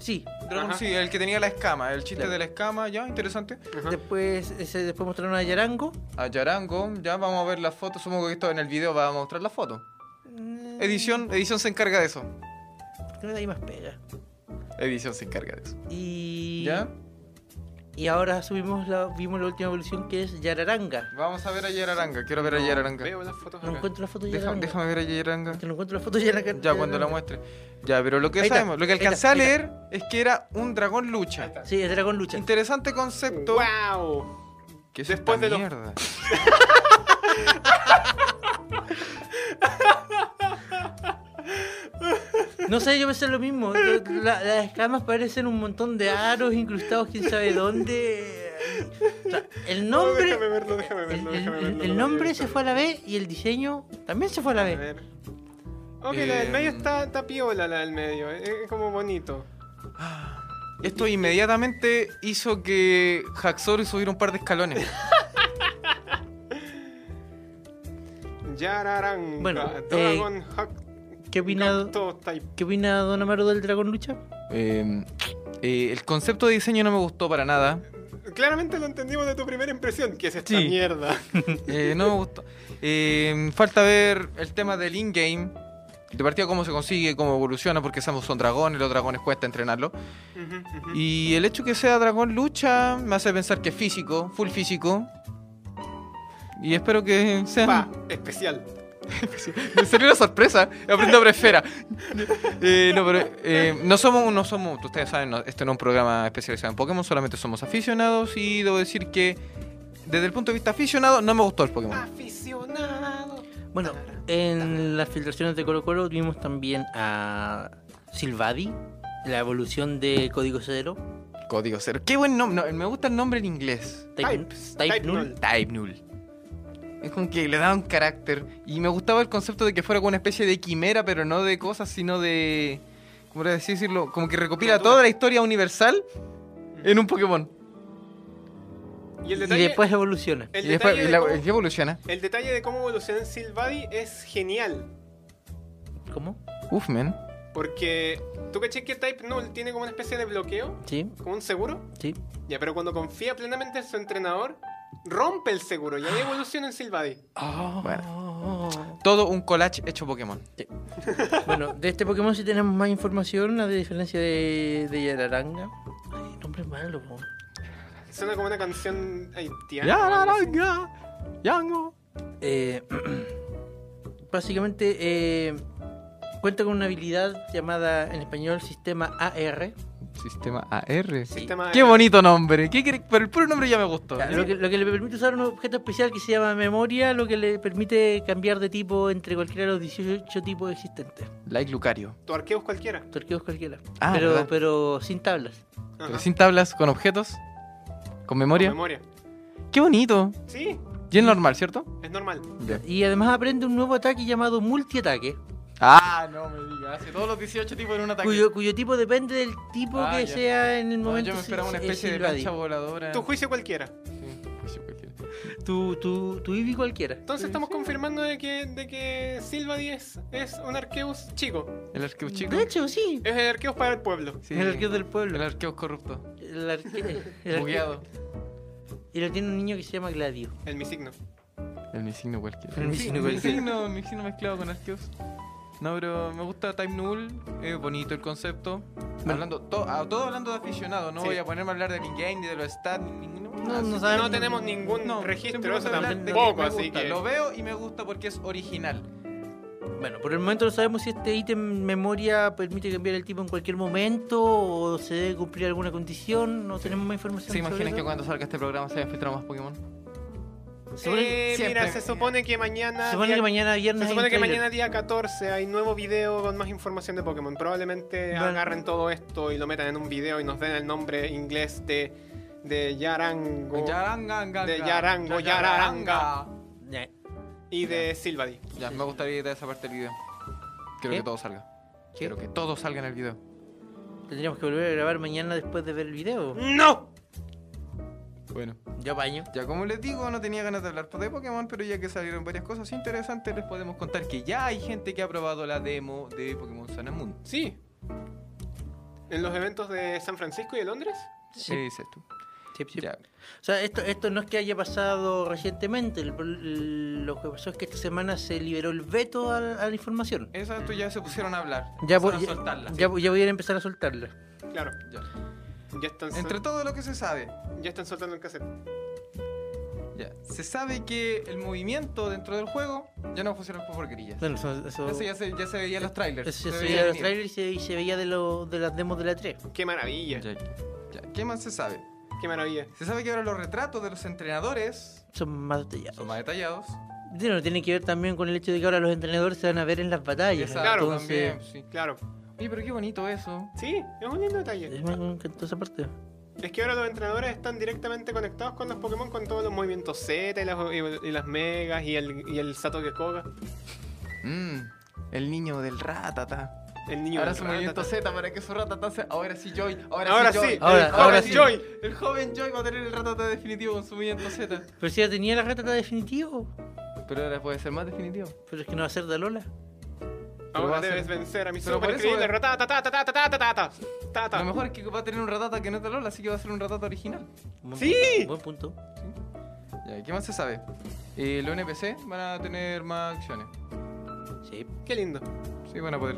S1: Sí.
S2: Dragón,
S3: Ajá.
S2: sí, el que tenía la escama, el chiste
S1: Claro.
S2: de la escama, ya, interesante.
S3: Ajá.
S1: Después, ese, después mostraron a Yarango.
S2: A Yarango, ya vamos a ver la foto. Supongo que esto en el video va a mostrar la foto.
S1: Mm.
S2: Edición, edición se encarga de eso.
S1: Creo que ahí más pega.
S2: Edición se encarga de eso.
S1: Y.
S2: ¿Ya?
S1: Y ahora subimos la, vimos la última evolución que es Yararanga.
S2: Vamos a ver a Yararanga, quiero ver a
S3: No,
S2: Yararanga.
S3: Veo las fotos
S1: No
S3: acá.
S1: encuentro la foto de
S2: Deja-
S1: Yararanga.
S2: déjame ver a Yararanga.
S1: Que no encuentro la foto de Yararanga.
S2: Ya, cuando la muestre. Ya, pero lo que
S1: Ahí está,
S2: sabemos, lo que
S1: ahí está,
S2: alcancé a
S1: ahí está.
S2: leer es que era un dragón lucha.
S1: Sí, es Dragón Lucha.
S2: Interesante concepto.
S3: ¡Wow!
S2: Que es
S3: Después
S2: Después
S3: de
S2: de
S3: los-
S2: mierda.
S1: No sé, yo pensé lo mismo. Yo- la- las escamas parecen un montón de aros incrustados quién sabe dónde. O sea, el
S3: No,
S1: nombre...
S3: Oh, déjame verlo, déjame
S1: el,
S3: verlo,
S1: el-
S3: déjame
S1: el-
S3: verlo.
S1: el
S3: lo
S1: nombre
S3: proyecto.
S1: se fue a la B y el diseño también se fue a la
S3: A
S1: B.
S3: ver. Ok, la del
S2: Eh,
S3: medio está, está piola, la del medio. Es es como bonito.
S2: Esto inmediatamente hizo que Haxoru subiera un par de escalones.
S3: Yararanga.
S1: Bueno, eh,
S3: Dragon Hack.
S1: ¿Qué opina,
S3: Gacto Type.
S1: ¿qué opina Don Amaro del Dragón Lucha?
S2: Eh, eh, el concepto de diseño no me gustó para nada.
S3: Claramente lo entendimos de tu primera impresión, que es esta
S2: Sí.
S3: mierda.
S2: Eh, no me gustó. Eh, falta ver el tema del in-game. De partida, cómo se consigue, cómo evoluciona, porque Samus son dragones, los dragones cuesta entrenarlo.
S3: Ujú, ujú.
S2: Y el hecho que sea dragón lucha me hace pensar que es físico, full físico. Y espero que sea.
S3: Pa, especial.
S2: Me salió una sorpresa. Aprendo a prefera. Eh, no, pero eh, no somos, no somos, ustedes saben, no- este no es un programa especializado en Pokémon, solamente somos aficionados y debo decir que desde el punto de vista aficionado no me gustó el Pokémon.
S3: Aficionado.
S1: Bueno, en las filtraciones de Colo Colo vimos también a Silvadi, la evolución de Código Cero,
S2: Código cero. Qué buen nombre. no, me gusta el nombre en inglés.
S1: Type,
S3: Types,
S1: Type
S3: Type
S1: Null.
S3: Null.
S2: Type Null. Es como que le daba un carácter. Y me gustaba el concepto de que fuera como una especie de quimera, pero no de cosas, sino de. ¿Cómo era decirlo? Como que recopila
S3: Criatura.
S2: toda la historia universal en un Pokémon.
S3: Y el
S1: Y
S3: detalle, Eh.
S1: después evoluciona.
S3: el
S2: y después
S3: detalle de
S2: la-
S3: cómo-
S2: y evoluciona.
S3: el detalle de cómo evoluciona Silvadi es genial.
S1: ¿Cómo?
S2: Uf, man.
S3: Porque tú caché que Type Null tiene como una especie de bloqueo,
S1: Sí,
S3: como un seguro.
S1: sí.
S3: Ya, pero cuando confía plenamente en su entrenador, rompe el seguro y ahí evoluciona en Silvadi. Oh.
S1: Bueno.
S2: Ah. Todo un collage hecho Pokémon.
S1: Bueno, de este Pokémon sí tenemos más información, a diferencia de, de Yararanga. Ay, nombre malo, po.
S3: Suena como una canción haitiana.
S2: Ya,
S3: o algo
S2: la
S3: así.
S2: larga, Yango.
S1: Eh, básicamente eh, cuenta con una habilidad llamada en español sistema AR.
S2: Sistema AR.
S3: Sistema
S2: Qué
S3: de-
S2: bonito nombre. ¿Qué querés? Pero el puro nombre ya me gustó.
S1: Claro, Lo que, lo que le permite usar un objeto especial que se llama memoria, lo que le permite cambiar de tipo entre cualquiera de los 18 tipos existentes.
S2: Like Lucario.
S3: Tu arqueo es cualquiera.
S1: Torqueos cualquiera.
S2: Ah,
S1: pero,
S2: ¿verdad?
S1: pero sin tablas.
S3: Ajá.
S2: Pero sin tablas, con objetos, con memoria.
S3: Con memoria.
S2: Qué bonito.
S3: Sí,
S2: Y es normal, ¿cierto?
S3: es normal.
S1: Y además aprende un nuevo ataque llamado multiataque,
S2: Ah, no me digas. Hace todos los 18 tipos en un ataque.
S1: cuyo, cuyo tipo depende del tipo
S2: Ah,
S1: que
S2: ya.
S1: sea en el
S2: No,
S1: momento.
S2: yo me
S1: si-
S2: esperaba una
S1: si-
S2: especie
S1: si
S2: de
S1: lo adi.
S2: plancha voladora.
S3: Tu juicio cualquiera.
S2: Sí, pues, yo cualquiera.
S1: Tu, tu, tu IBI cualquiera.
S3: Entonces estamos confirmando de que, de que Silva 10 es un arqueus chico.
S2: El arqueo chico.
S1: De hecho, sí.
S3: Es el arqueus para el pueblo.
S2: Sí.
S1: El arqueo del
S2: El
S1: pueblo.
S2: arqueo corrupto.
S1: El arque- el arqueo-
S2: Bugueado.
S1: Y lo tiene un niño que se llama Gladio.
S3: El mi signo.
S2: El misigno cualquiera.
S1: El misigno cualquiera.
S2: misigno- misigno mezclado con arqueos. No, pero me gusta Time Null. Es bonito el concepto. Hablando, to- a- todo hablando de aficionado. No
S3: Sí.
S2: voy a ponerme a hablar de mi game, ni de los stats, ni ningún.
S1: No, no
S3: No,
S1: sabemos.
S3: tenemos ningún
S2: No, siempre
S3: registro,
S2: vamos
S3: eso
S2: a hablar de que
S3: tampoco,
S2: me
S3: así
S2: gusta.
S3: que.
S2: Lo veo y me gusta porque es original.
S1: Bueno, por el momento no sabemos si este ítem memoria permite cambiar el tipo en cualquier momento o se debe cumplir alguna condición. No tenemos más información.
S2: ¿Se
S1: sobre
S2: imaginan que
S1: eso.
S2: cuando salga este programa se hayan filtrado más Pokémon?
S1: Se supone que-
S3: Eh,
S2: siempre-
S3: mira, se supone que mañana.
S1: se supone
S3: día-
S1: que mañana viernes.
S3: se
S1: hay
S3: supone
S1: un
S3: que
S1: trailer.
S3: mañana día 14 hay nuevo video con más información de Pokémon. Probablemente
S1: Bueno.
S3: agarren todo esto y lo metan en un video y nos den el nombre inglés de, de Yarango
S2: Yaranga,
S3: De Yarango, Yararanga.
S1: Ya.
S3: y de Silvadi.
S2: Ya, me gustaría editar esa parte del video. Quiero
S1: ¿Qué?
S2: que todo salga.
S1: ¿Qué?
S2: Quiero que todo salga en el video.
S1: Tendríamos que volver a grabar mañana después de ver el video.
S3: ¡No!
S2: Bueno.
S1: Yo apaño.
S2: Ya como les digo, no tenía ganas de hablar de Pokémon, pero ya que salieron varias cosas interesantes, les podemos contar que ya hay gente que ha probado la demo de Pokémon Sun and Moon.
S3: Sí. En los eventos de San Francisco y de Londres.
S2: Sí, dices tú.
S1: Sí, sí.
S2: Ya.
S1: O sea, esto, esto no es que haya pasado recientemente. el- el- lo que pasó es que esta semana se liberó el veto a, la- a la información.
S2: Exacto, ya Eh, se pusieron a hablar.
S1: Ya voy,
S2: Empezaron
S1: ya,
S2: a soltarla.
S1: ya voy- ya voy a empezar a soltarla.
S3: Claro.
S2: Ya.
S3: Ya están, sol-
S2: Entre todo lo que se sabe,
S3: ya están soltando el cassette.
S2: ya. se sabe que el movimiento dentro del juego ya no funciona por grillas.
S1: Bueno, eso, eso-
S2: Eso ya se, ya se veía en los trailers.
S1: Eh, eso ya
S2: se
S1: se
S2: veía
S1: veía de los
S2: venir.
S1: trailers y se, y se veía de, lo- de las demos de la E 3.
S3: Qué maravilla.
S2: Ya. Ya, ¿Qué más se sabe?
S3: Qué maravilla.
S2: Se sabe que ahora los retratos de los entrenadores
S1: Son más detallados.
S2: son más detallados.
S1: Bueno, tiene que ver también con el hecho de que ahora los entrenadores se van a ver en las batallas.
S2: Exacto,
S3: Claro,
S1: entonces,
S2: también, sí.
S3: Claro.
S2: Oye, pero qué bonito eso.
S3: Sí, es un lindo detalle.
S1: me- me encantó esa parte.
S3: Es que ahora los entrenadores están directamente conectados con los Pokémon con todos los movimientos Z y las, y- y las megas y el, y el Sato que coga.
S2: Mm, el niño del ratata.
S3: El niño
S2: ahora
S3: del
S2: su
S3: Ratata.
S2: movimiento Z para que su ratata sea. Ahora sí, Joy. Ahora,
S3: Ahora
S2: sí, Joy.
S3: sí,
S1: Ahora-
S3: el
S1: ahora
S3: joven
S1: sí.
S3: Joy.
S2: El joven Joy va a tener el ratata definitivo con su movimiento Z.
S1: Pero si ya tenía la ratata definitivo.
S2: Pero ahora puede ser más definitivo.
S1: Pero es que no va a ser de Lola.
S2: Pero va
S3: Ahora
S2: a ser-
S3: debes vencer a mi
S2: Pero por
S3: super
S2: eso
S3: increíble
S2: es-
S3: ratata, ta, ta, ta, ta, ta, ta, ta, ta, ta, ta.
S2: Lo mejor es que va a tener un ratata que no es de Lola, así que va a ser un ratata original.
S1: Buen
S3: ¡Sí!
S1: punto, Buen punto.
S2: Ya, ¿y ¿qué más se sabe? Eh, los NPC van a tener más acciones.
S1: Sí.
S3: Qué lindo.
S2: Sí, van a poder.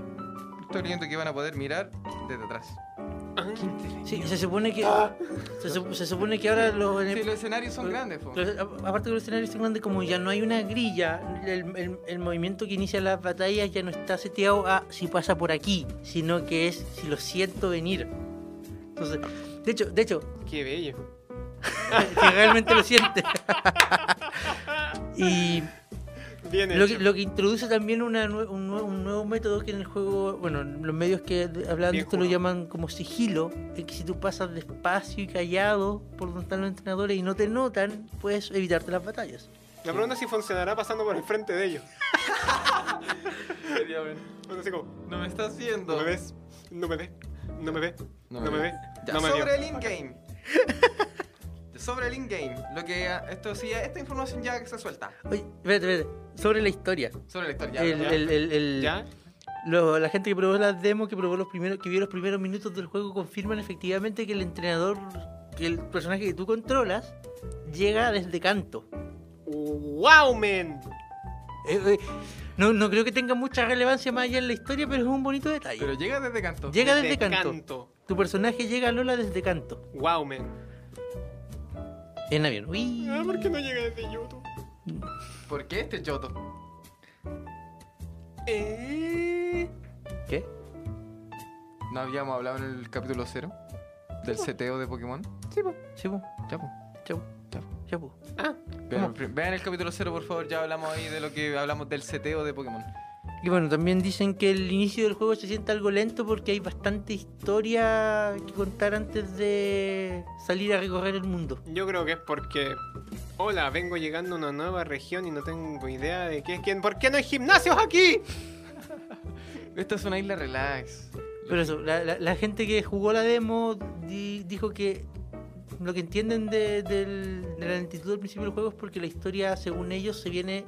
S2: Estoy leyendo que van a poder mirar desde atrás.
S3: Ah,
S1: Sí, se supone que. Se, sup- se supone que ahora los.
S2: Sí, los escenarios son
S1: Pero-
S2: grandes, po.
S1: los- a- aparte de los escenarios tan grandes, como ya no hay una grilla, el, el- el movimiento que inicia las batallas ya no está seteado a si pasa por aquí, sino que es si lo siento venir. Entonces, de hecho, de hecho,
S3: Qué bello.
S1: que realmente lo siente. y
S3: Bien
S1: lo
S3: hecho.
S1: que, lo que introduce también una nue- un, nue- un nuevo método que en el juego, bueno, los medios que de- hablaban de
S3: Bien
S1: esto lo
S3: jugado.
S1: llaman como sigilo, es que si tú pasas despacio y callado por donde están los entrenadores y no te notan, puedes evitarte las batallas.
S3: La pregunta es si funcionará pasando por el frente de ellos. Bueno, así como,
S2: No me estás viendo.
S3: no me
S1: pues,
S3: ves, no me ve, no me ve, no, me ve,
S2: Ya,
S3: no me
S2: sobre
S3: vio.
S2: el in-game. Ya, sobre el in-game. Lo que ah, esto sí, esta información ya que se suelta.
S1: Oye, espérate, espérate, sobre la historia.
S2: Sobre la historia.
S1: El-
S2: ya.
S1: el- el- el-
S3: ¿Ya?
S1: lo- la gente que probó las demos, que probó los primeros, que vio los primeros minutos del juego, confirman efectivamente que el entrenador, que el personaje que tú controlas, llega desde canto.
S3: ¡Wow, men!
S1: Eh, eh, no, no creo que tenga mucha relevancia más allá en la historia, pero es un bonito detalle.
S2: Pero llega desde canto.
S1: llega desde,
S3: Desde
S1: canto. Tu personaje llega a Lola desde canto.
S3: ¡Wow, men!
S1: En avión. Uy.
S3: Ah, ¿por qué no llega desde YouTube?
S2: ¿Por qué este choto?
S3: Eh...
S1: ¿Qué?
S2: ¿No habíamos hablado en el capítulo 0? ¿Del seteo de Pokémon?
S3: Sí, po.
S1: Sí, po.
S2: Ya, po.
S1: Ya, po. Ya, po. Ya, po.
S3: Ah,
S2: Vean, el- vean el capítulo 0, por favor. Ya hablamos ahí de lo que hablamos del seteo de Pokémon.
S1: Y bueno, también dicen que el inicio del juego se siente algo lento porque hay bastante historia que contar antes de salir a recorrer el mundo.
S3: yo creo que es porque... Hola, vengo llegando a una nueva región y no tengo idea de qué es quién. ¿Por qué no hay gimnasios aquí?
S2: Esta es una isla relax.
S1: Pero eso, la, la- la gente que jugó la demo di- dijo que lo que entienden de, del- de la lentitud del principio del juego es porque la historia, según ellos, se viene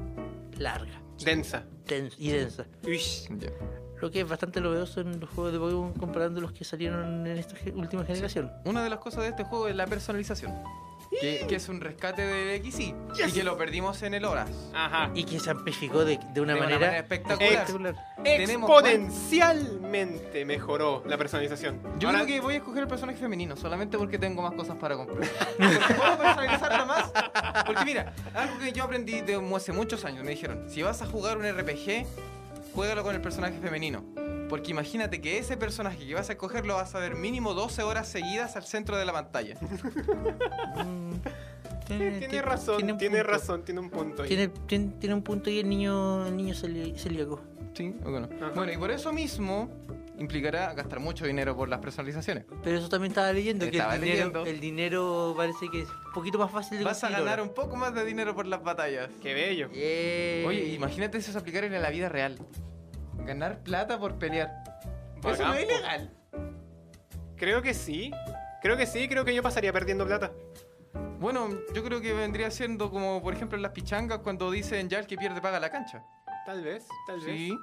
S1: larga
S3: Densa.
S1: dens- y densa.
S3: Uish.
S2: Ya.
S1: Lo que es bastante novedoso en los juegos de Pokémon comparando los que salieron en esta ge- última generación.
S2: Una de las cosas de este juego es la personalización. Que, que es un rescate del XY. Y
S3: Yes.
S2: que lo perdimos en el Horas.
S3: Ajá.
S1: Y que se amplificó de, de una
S2: De una
S1: manera,
S2: manera espectacular. Tenemos-
S3: Exponencialmente mejoró la personalización.
S2: Yo
S3: Ahora- eh,
S2: creo que eh, voy a escoger el personaje femenino solamente porque tengo más cosas para comprar. Porque ¿Puedo personalizarla más? Porque mira, algo que yo aprendí de hace muchos años, me dijeron, si vas a jugar un RPG, juégalo con el personaje femenino. Porque imagínate que ese personaje que vas a escoger lo vas a ver mínimo 12 horas seguidas al centro de la pantalla.
S1: Mm,
S3: Tiene, razón, tiene,
S1: un punto.
S3: razón, tiene un punto ahí.
S1: Tiene, tiene- tiene un punto y el niño, el niño celi- celíaco.
S2: Sí, o que no.
S3: Ajá.
S2: Bueno, y por eso mismo implicará gastar mucho dinero por las personalizaciones.
S1: Pero eso también estaba leyendo, que
S2: Estaba
S1: el dinero,
S2: leyendo.
S1: el dinero parece que es un poquito más fácil de
S2: Vas a
S1: conseguir
S2: ganar
S1: ahora.
S2: un poco más de dinero por las batallas.
S3: Qué bello.
S1: Eh, Yeah.
S2: Oye, imagínate si eso se aplicara en la vida real. Ganar plata por pelear. Eso
S3: Bacán,
S2: no es
S3: po.
S2: ilegal.
S3: Creo que sí. Creo que sí, creo que yo pasaría perdiendo plata.
S2: Bueno, yo creo que vendría siendo como, por ejemplo, en las pichangas cuando dicen ya el que pierde paga la cancha.
S3: Tal vez, tal vez.
S2: Sí.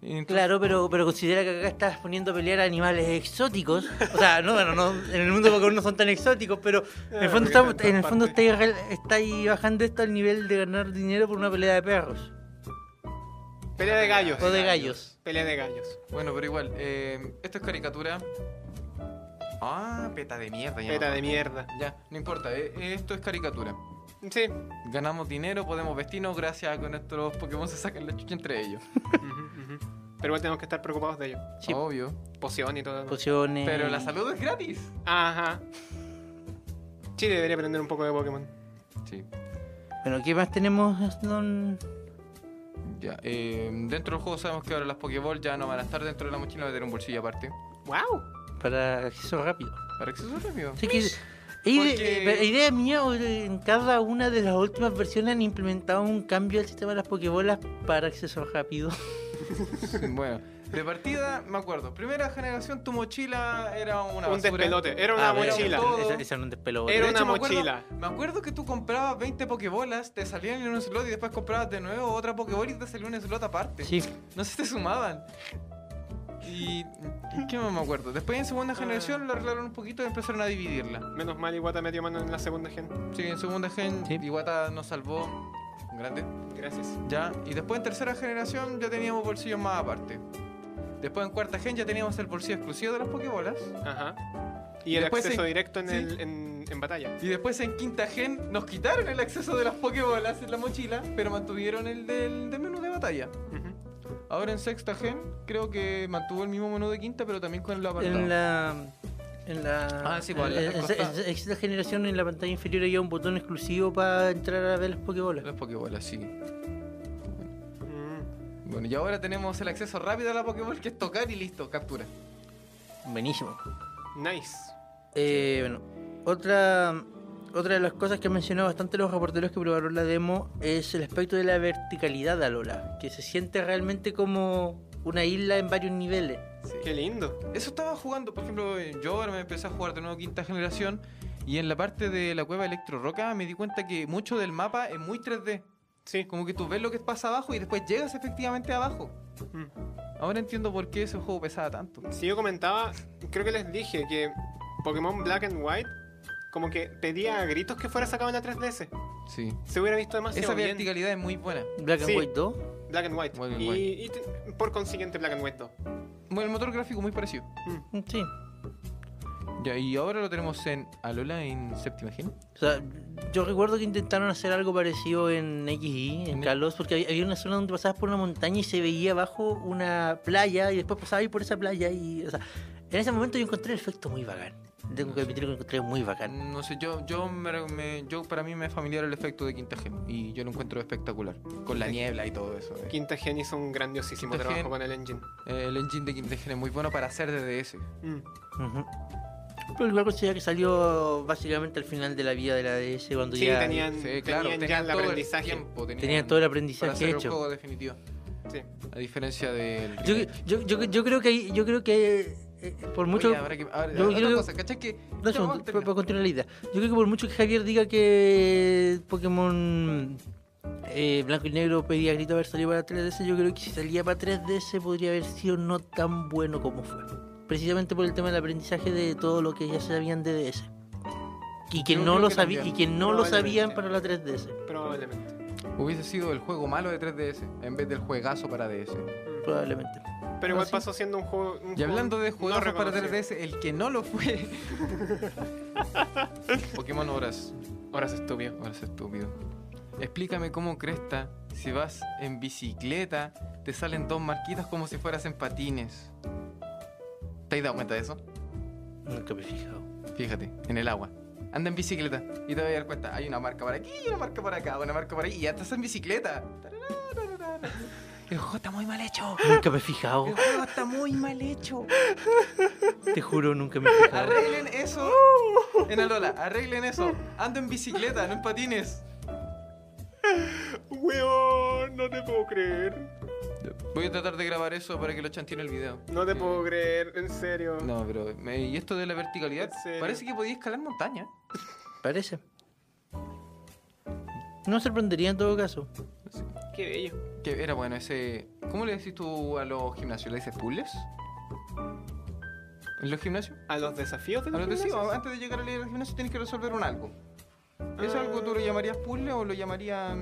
S2: Entonces-
S1: Claro, pero, pero considera que acá estás poniendo a pelear a animales exóticos. O sea, no, bueno, no, en el mundo porque no son tan exóticos, pero en el fondo, estamos-
S3: Claro, Ah, porque
S1: en el
S3: están
S1: fondo
S3: en
S1: estáis re- estáis bajando esto al nivel de ganar dinero por una pelea de perros.
S3: Pelea de gallos.
S1: O de gallos.
S3: Pelea de gallos.
S2: Bueno, pero igual, eh, esto es caricatura. Ah, peta de mierda. ya me
S3: Peta de
S2: acuerdo.
S3: mierda.
S2: Ya, no importa, eh, esto es caricatura.
S3: Sí.
S2: Ganamos dinero, podemos vestirnos gracias a que nuestros Pokémon se sacan la chucha entre ellos.
S3: Ujú, ujú. Pero igual tenemos que estar preocupados de ello.
S1: Sí, Eh.
S2: Obvio.
S3: Poción y todo. ¿no?
S1: pociones.
S2: Oh. Pero la salud es gratis.
S3: Ajá. Chile debería aprender un poco de Pokémon.
S2: Sí.
S1: Bueno, ¿qué más tenemos, don?
S2: Ya, eh, dentro del juego sabemos que ahora las Pokéball ya no van a estar dentro de la mochila, van a tener un bolsillo aparte.
S3: ¡Wow!
S1: Para acceso rápido.
S2: Para acceso rápido.
S1: Así que. e ide-
S2: Porque-
S1: pero idea mía, o de- en cada una de las últimas versiones han implementado un cambio al sistema de las Pokébolas para acceso rápido.
S2: bueno, de partida, me acuerdo. Primera generación, tu mochila era una
S3: Un
S2: basura.
S3: despelote. Era una
S2: Ah, bueno,
S3: mochila.
S2: todo.
S1: Esa, esa no es despelo.
S2: De
S3: Era
S2: hecho,
S3: una
S2: me acuerdo-
S3: mochila.
S2: me acuerdo que tú comprabas 20 Pokébolas, te salían en un slot y después comprabas de nuevo otra Pokébola y te salía un slot aparte.
S1: Sí.
S2: No se te sumaban. Y. ¿Qué más me acuerdo? Después en segunda generación lo arreglaron un poquito y empezaron a dividirla.
S3: Menos mal Iwata metió mano en la segunda gen.
S2: Sí, en segunda gen
S1: Sí.
S2: Iwata nos salvó. Un grande.
S3: Gracias.
S2: Ya. Y después en tercera generación ya teníamos bolsillos más aparte. Después en cuarta gen ya teníamos el bolsillo exclusivo de las Pokébolas.
S3: Ajá. Y
S2: Y
S3: el
S2: después
S3: acceso
S2: en-
S3: directo en,
S2: sí.
S3: el, en, en batalla.
S2: Y después en quinta gen nos quitaron el acceso de las Pokébolas en la mochila, pero mantuvieron el del, del menú de batalla.
S3: Ujú.
S2: Ahora en sexta gen creo que mantuvo el mismo menú de quinta, pero también con el apartado.
S1: En la. En la.
S2: Ah, sí, pues,
S1: en-
S2: al- al
S1: en- en-
S2: costado.
S1: en esta generación en la pantalla inferior había un botón exclusivo para entrar a ver las Pokébolas.
S2: Las Pokébolas, sí.
S3: Mm.
S2: Bueno, y ahora tenemos el acceso rápido a la Pokéball, que es tocar y listo, captura.
S1: Buenísimo.
S3: Nice.
S1: Eh, bueno, otra, otra de las cosas que han mencionado bastante los reporteros que probaron la demo es el aspecto de la verticalidad de Alola, que se siente realmente como una isla en varios niveles.
S3: Qué lindo.
S2: Eso estaba jugando, por ejemplo, eh, yo ahora me empecé a jugar de nuevo quinta generación y en la parte de la cueva Electro Roca me di cuenta que mucho del mapa es muy 3D.
S3: Sí.
S2: Como que tú ves lo que pasa abajo y después llegas efectivamente abajo.
S3: Mm.
S2: Ahora entiendo por qué ese juego pesaba tanto.
S3: Si yo comentaba, creo que les dije que Pokémon Black and White como que pedía a gritos que fuera sacado en la 3DS.
S2: Sí.
S3: Se hubiera visto demasiado
S2: Esa
S3: bien.
S2: verticalidad es muy buena.
S1: Black
S3: Sí.
S1: and White 2.
S3: Black and White.
S2: Black and
S3: y
S2: White.
S3: y te- por consiguiente Black and White 2. Mm.
S2: Bueno, el motor gráfico muy parecido.
S1: mm, Sí.
S2: Ya, y ahora lo tenemos en Alola en séptima gen.
S1: O sea, yo recuerdo que intentaron hacer algo parecido en XI, en
S2: En-
S1: Carlos, porque había- había una zona donde pasabas por una montaña y se veía abajo una playa y después pasabas ahí por esa playa y, o sea, en ese momento yo encontré el efecto muy bacán. Tengo que admitir que lo encontré muy bacán.
S2: Ah, No sé, yo, yo, me- me- yo para mí me es familiar el efecto de quinta gen y yo lo encuentro espectacular. Con la niebla y todo eso. eh.
S3: Quinta Gen hizo un grandiosísimo
S2: Quinta
S3: trabajo
S2: Gen.
S3: con el engine.
S2: Eh, El engine de quinta gen es muy bueno para hacer DDS.
S3: Mm.
S1: Ujú. Pero igual considera que salió básicamente al final de la vida de la DS cuando
S3: Sí,
S1: ya
S3: tenían,
S2: Sí, claro,
S3: tenían ya el
S2: todo
S3: aprendizaje.
S2: tiempo, tenían
S1: tenía todo el
S2: para
S1: aprendizaje
S2: hacer un
S1: hecho.
S2: juego definitivo.
S3: Sí.
S2: A diferencia del.
S1: Yo,
S2: remake.
S1: yo, yo, yo creo que ahí- yo creo que eh, eh, por mucho
S2: Oye, habrá que- ahora,
S1: yo
S2: otra
S1: creo-
S2: cosa, ¿cachai que-
S1: No,
S2: Ya, vamos a
S1: segundo, para,
S2: terminar.
S1: para continuar la idea. Yo creo que por mucho que Javier diga que Pokémon eh, Blanco y Negro pedía a grito haber salido para 3DS, yo creo que si salía para 3DS podría haber sido no tan bueno como fue. Precisamente por el tema del aprendizaje de todo lo que ya sabían de DS. Y que
S2: Yo
S1: no
S2: creo
S1: lo,
S2: que
S1: sabí-
S2: también,
S1: y que no lo
S3: probablemente.
S1: sabían para la 3DS.
S3: Probablemente.
S2: Hubiese sido el juego malo de 3DS en vez del juegazo para DS.
S3: Mm.
S1: Probablemente.
S3: Pero igual
S1: Ah, sí.
S3: pasó siendo un juego. un
S2: Y
S3: juego
S2: hablando de
S3: no
S2: juegazos para
S3: reconocido.
S2: 3DS, el que no lo fue. Pokémon Horas.
S3: Horas estúpido.
S2: Horas estúpido. Explícame cómo cresta, si vas en bicicleta, te salen dos marquitas como si fueras en patines. ¿Te has dado cuenta de eso?
S1: Nunca me he fijado.
S2: Fíjate, en el agua. Anda en bicicleta y te vas a dar cuenta. Hay una marca para aquí, una marca para acá, una marca para ahí y ya estás en bicicleta. Tararararara. El juego está muy mal hecho.
S1: Nunca me he fijado.
S2: El juego está muy mal hecho.
S1: Te juro, nunca me he fijado.
S2: Arreglen eso.
S3: Uh.
S2: En Alola, arreglen eso. Ando en bicicleta, no en patines.
S3: Weón, no te puedo creer.
S2: Voy a tratar de grabar eso para que lo chanteen el video.
S3: No te
S2: Eh,
S3: puedo creer, en serio.
S2: No, pero. me- y esto de la verticalidad,
S3: ¿En serio?
S2: parece que podía escalar montaña.
S1: Parece. No me sorprendería en todo caso.
S3: Qué bello.
S2: Que era bueno ese. ¿Cómo le decís tú a los gimnasios? ¿Le dices puzzles? ¿En los gimnasios?
S3: A los desafíos de
S2: A
S3: los
S2: los de- sí,
S3: gimnasios?
S2: antes de llegar al gimnasio tienes que resolver un algo. ¿Ese
S3: Ah.
S2: algo tú lo llamarías puzzle o lo llamarías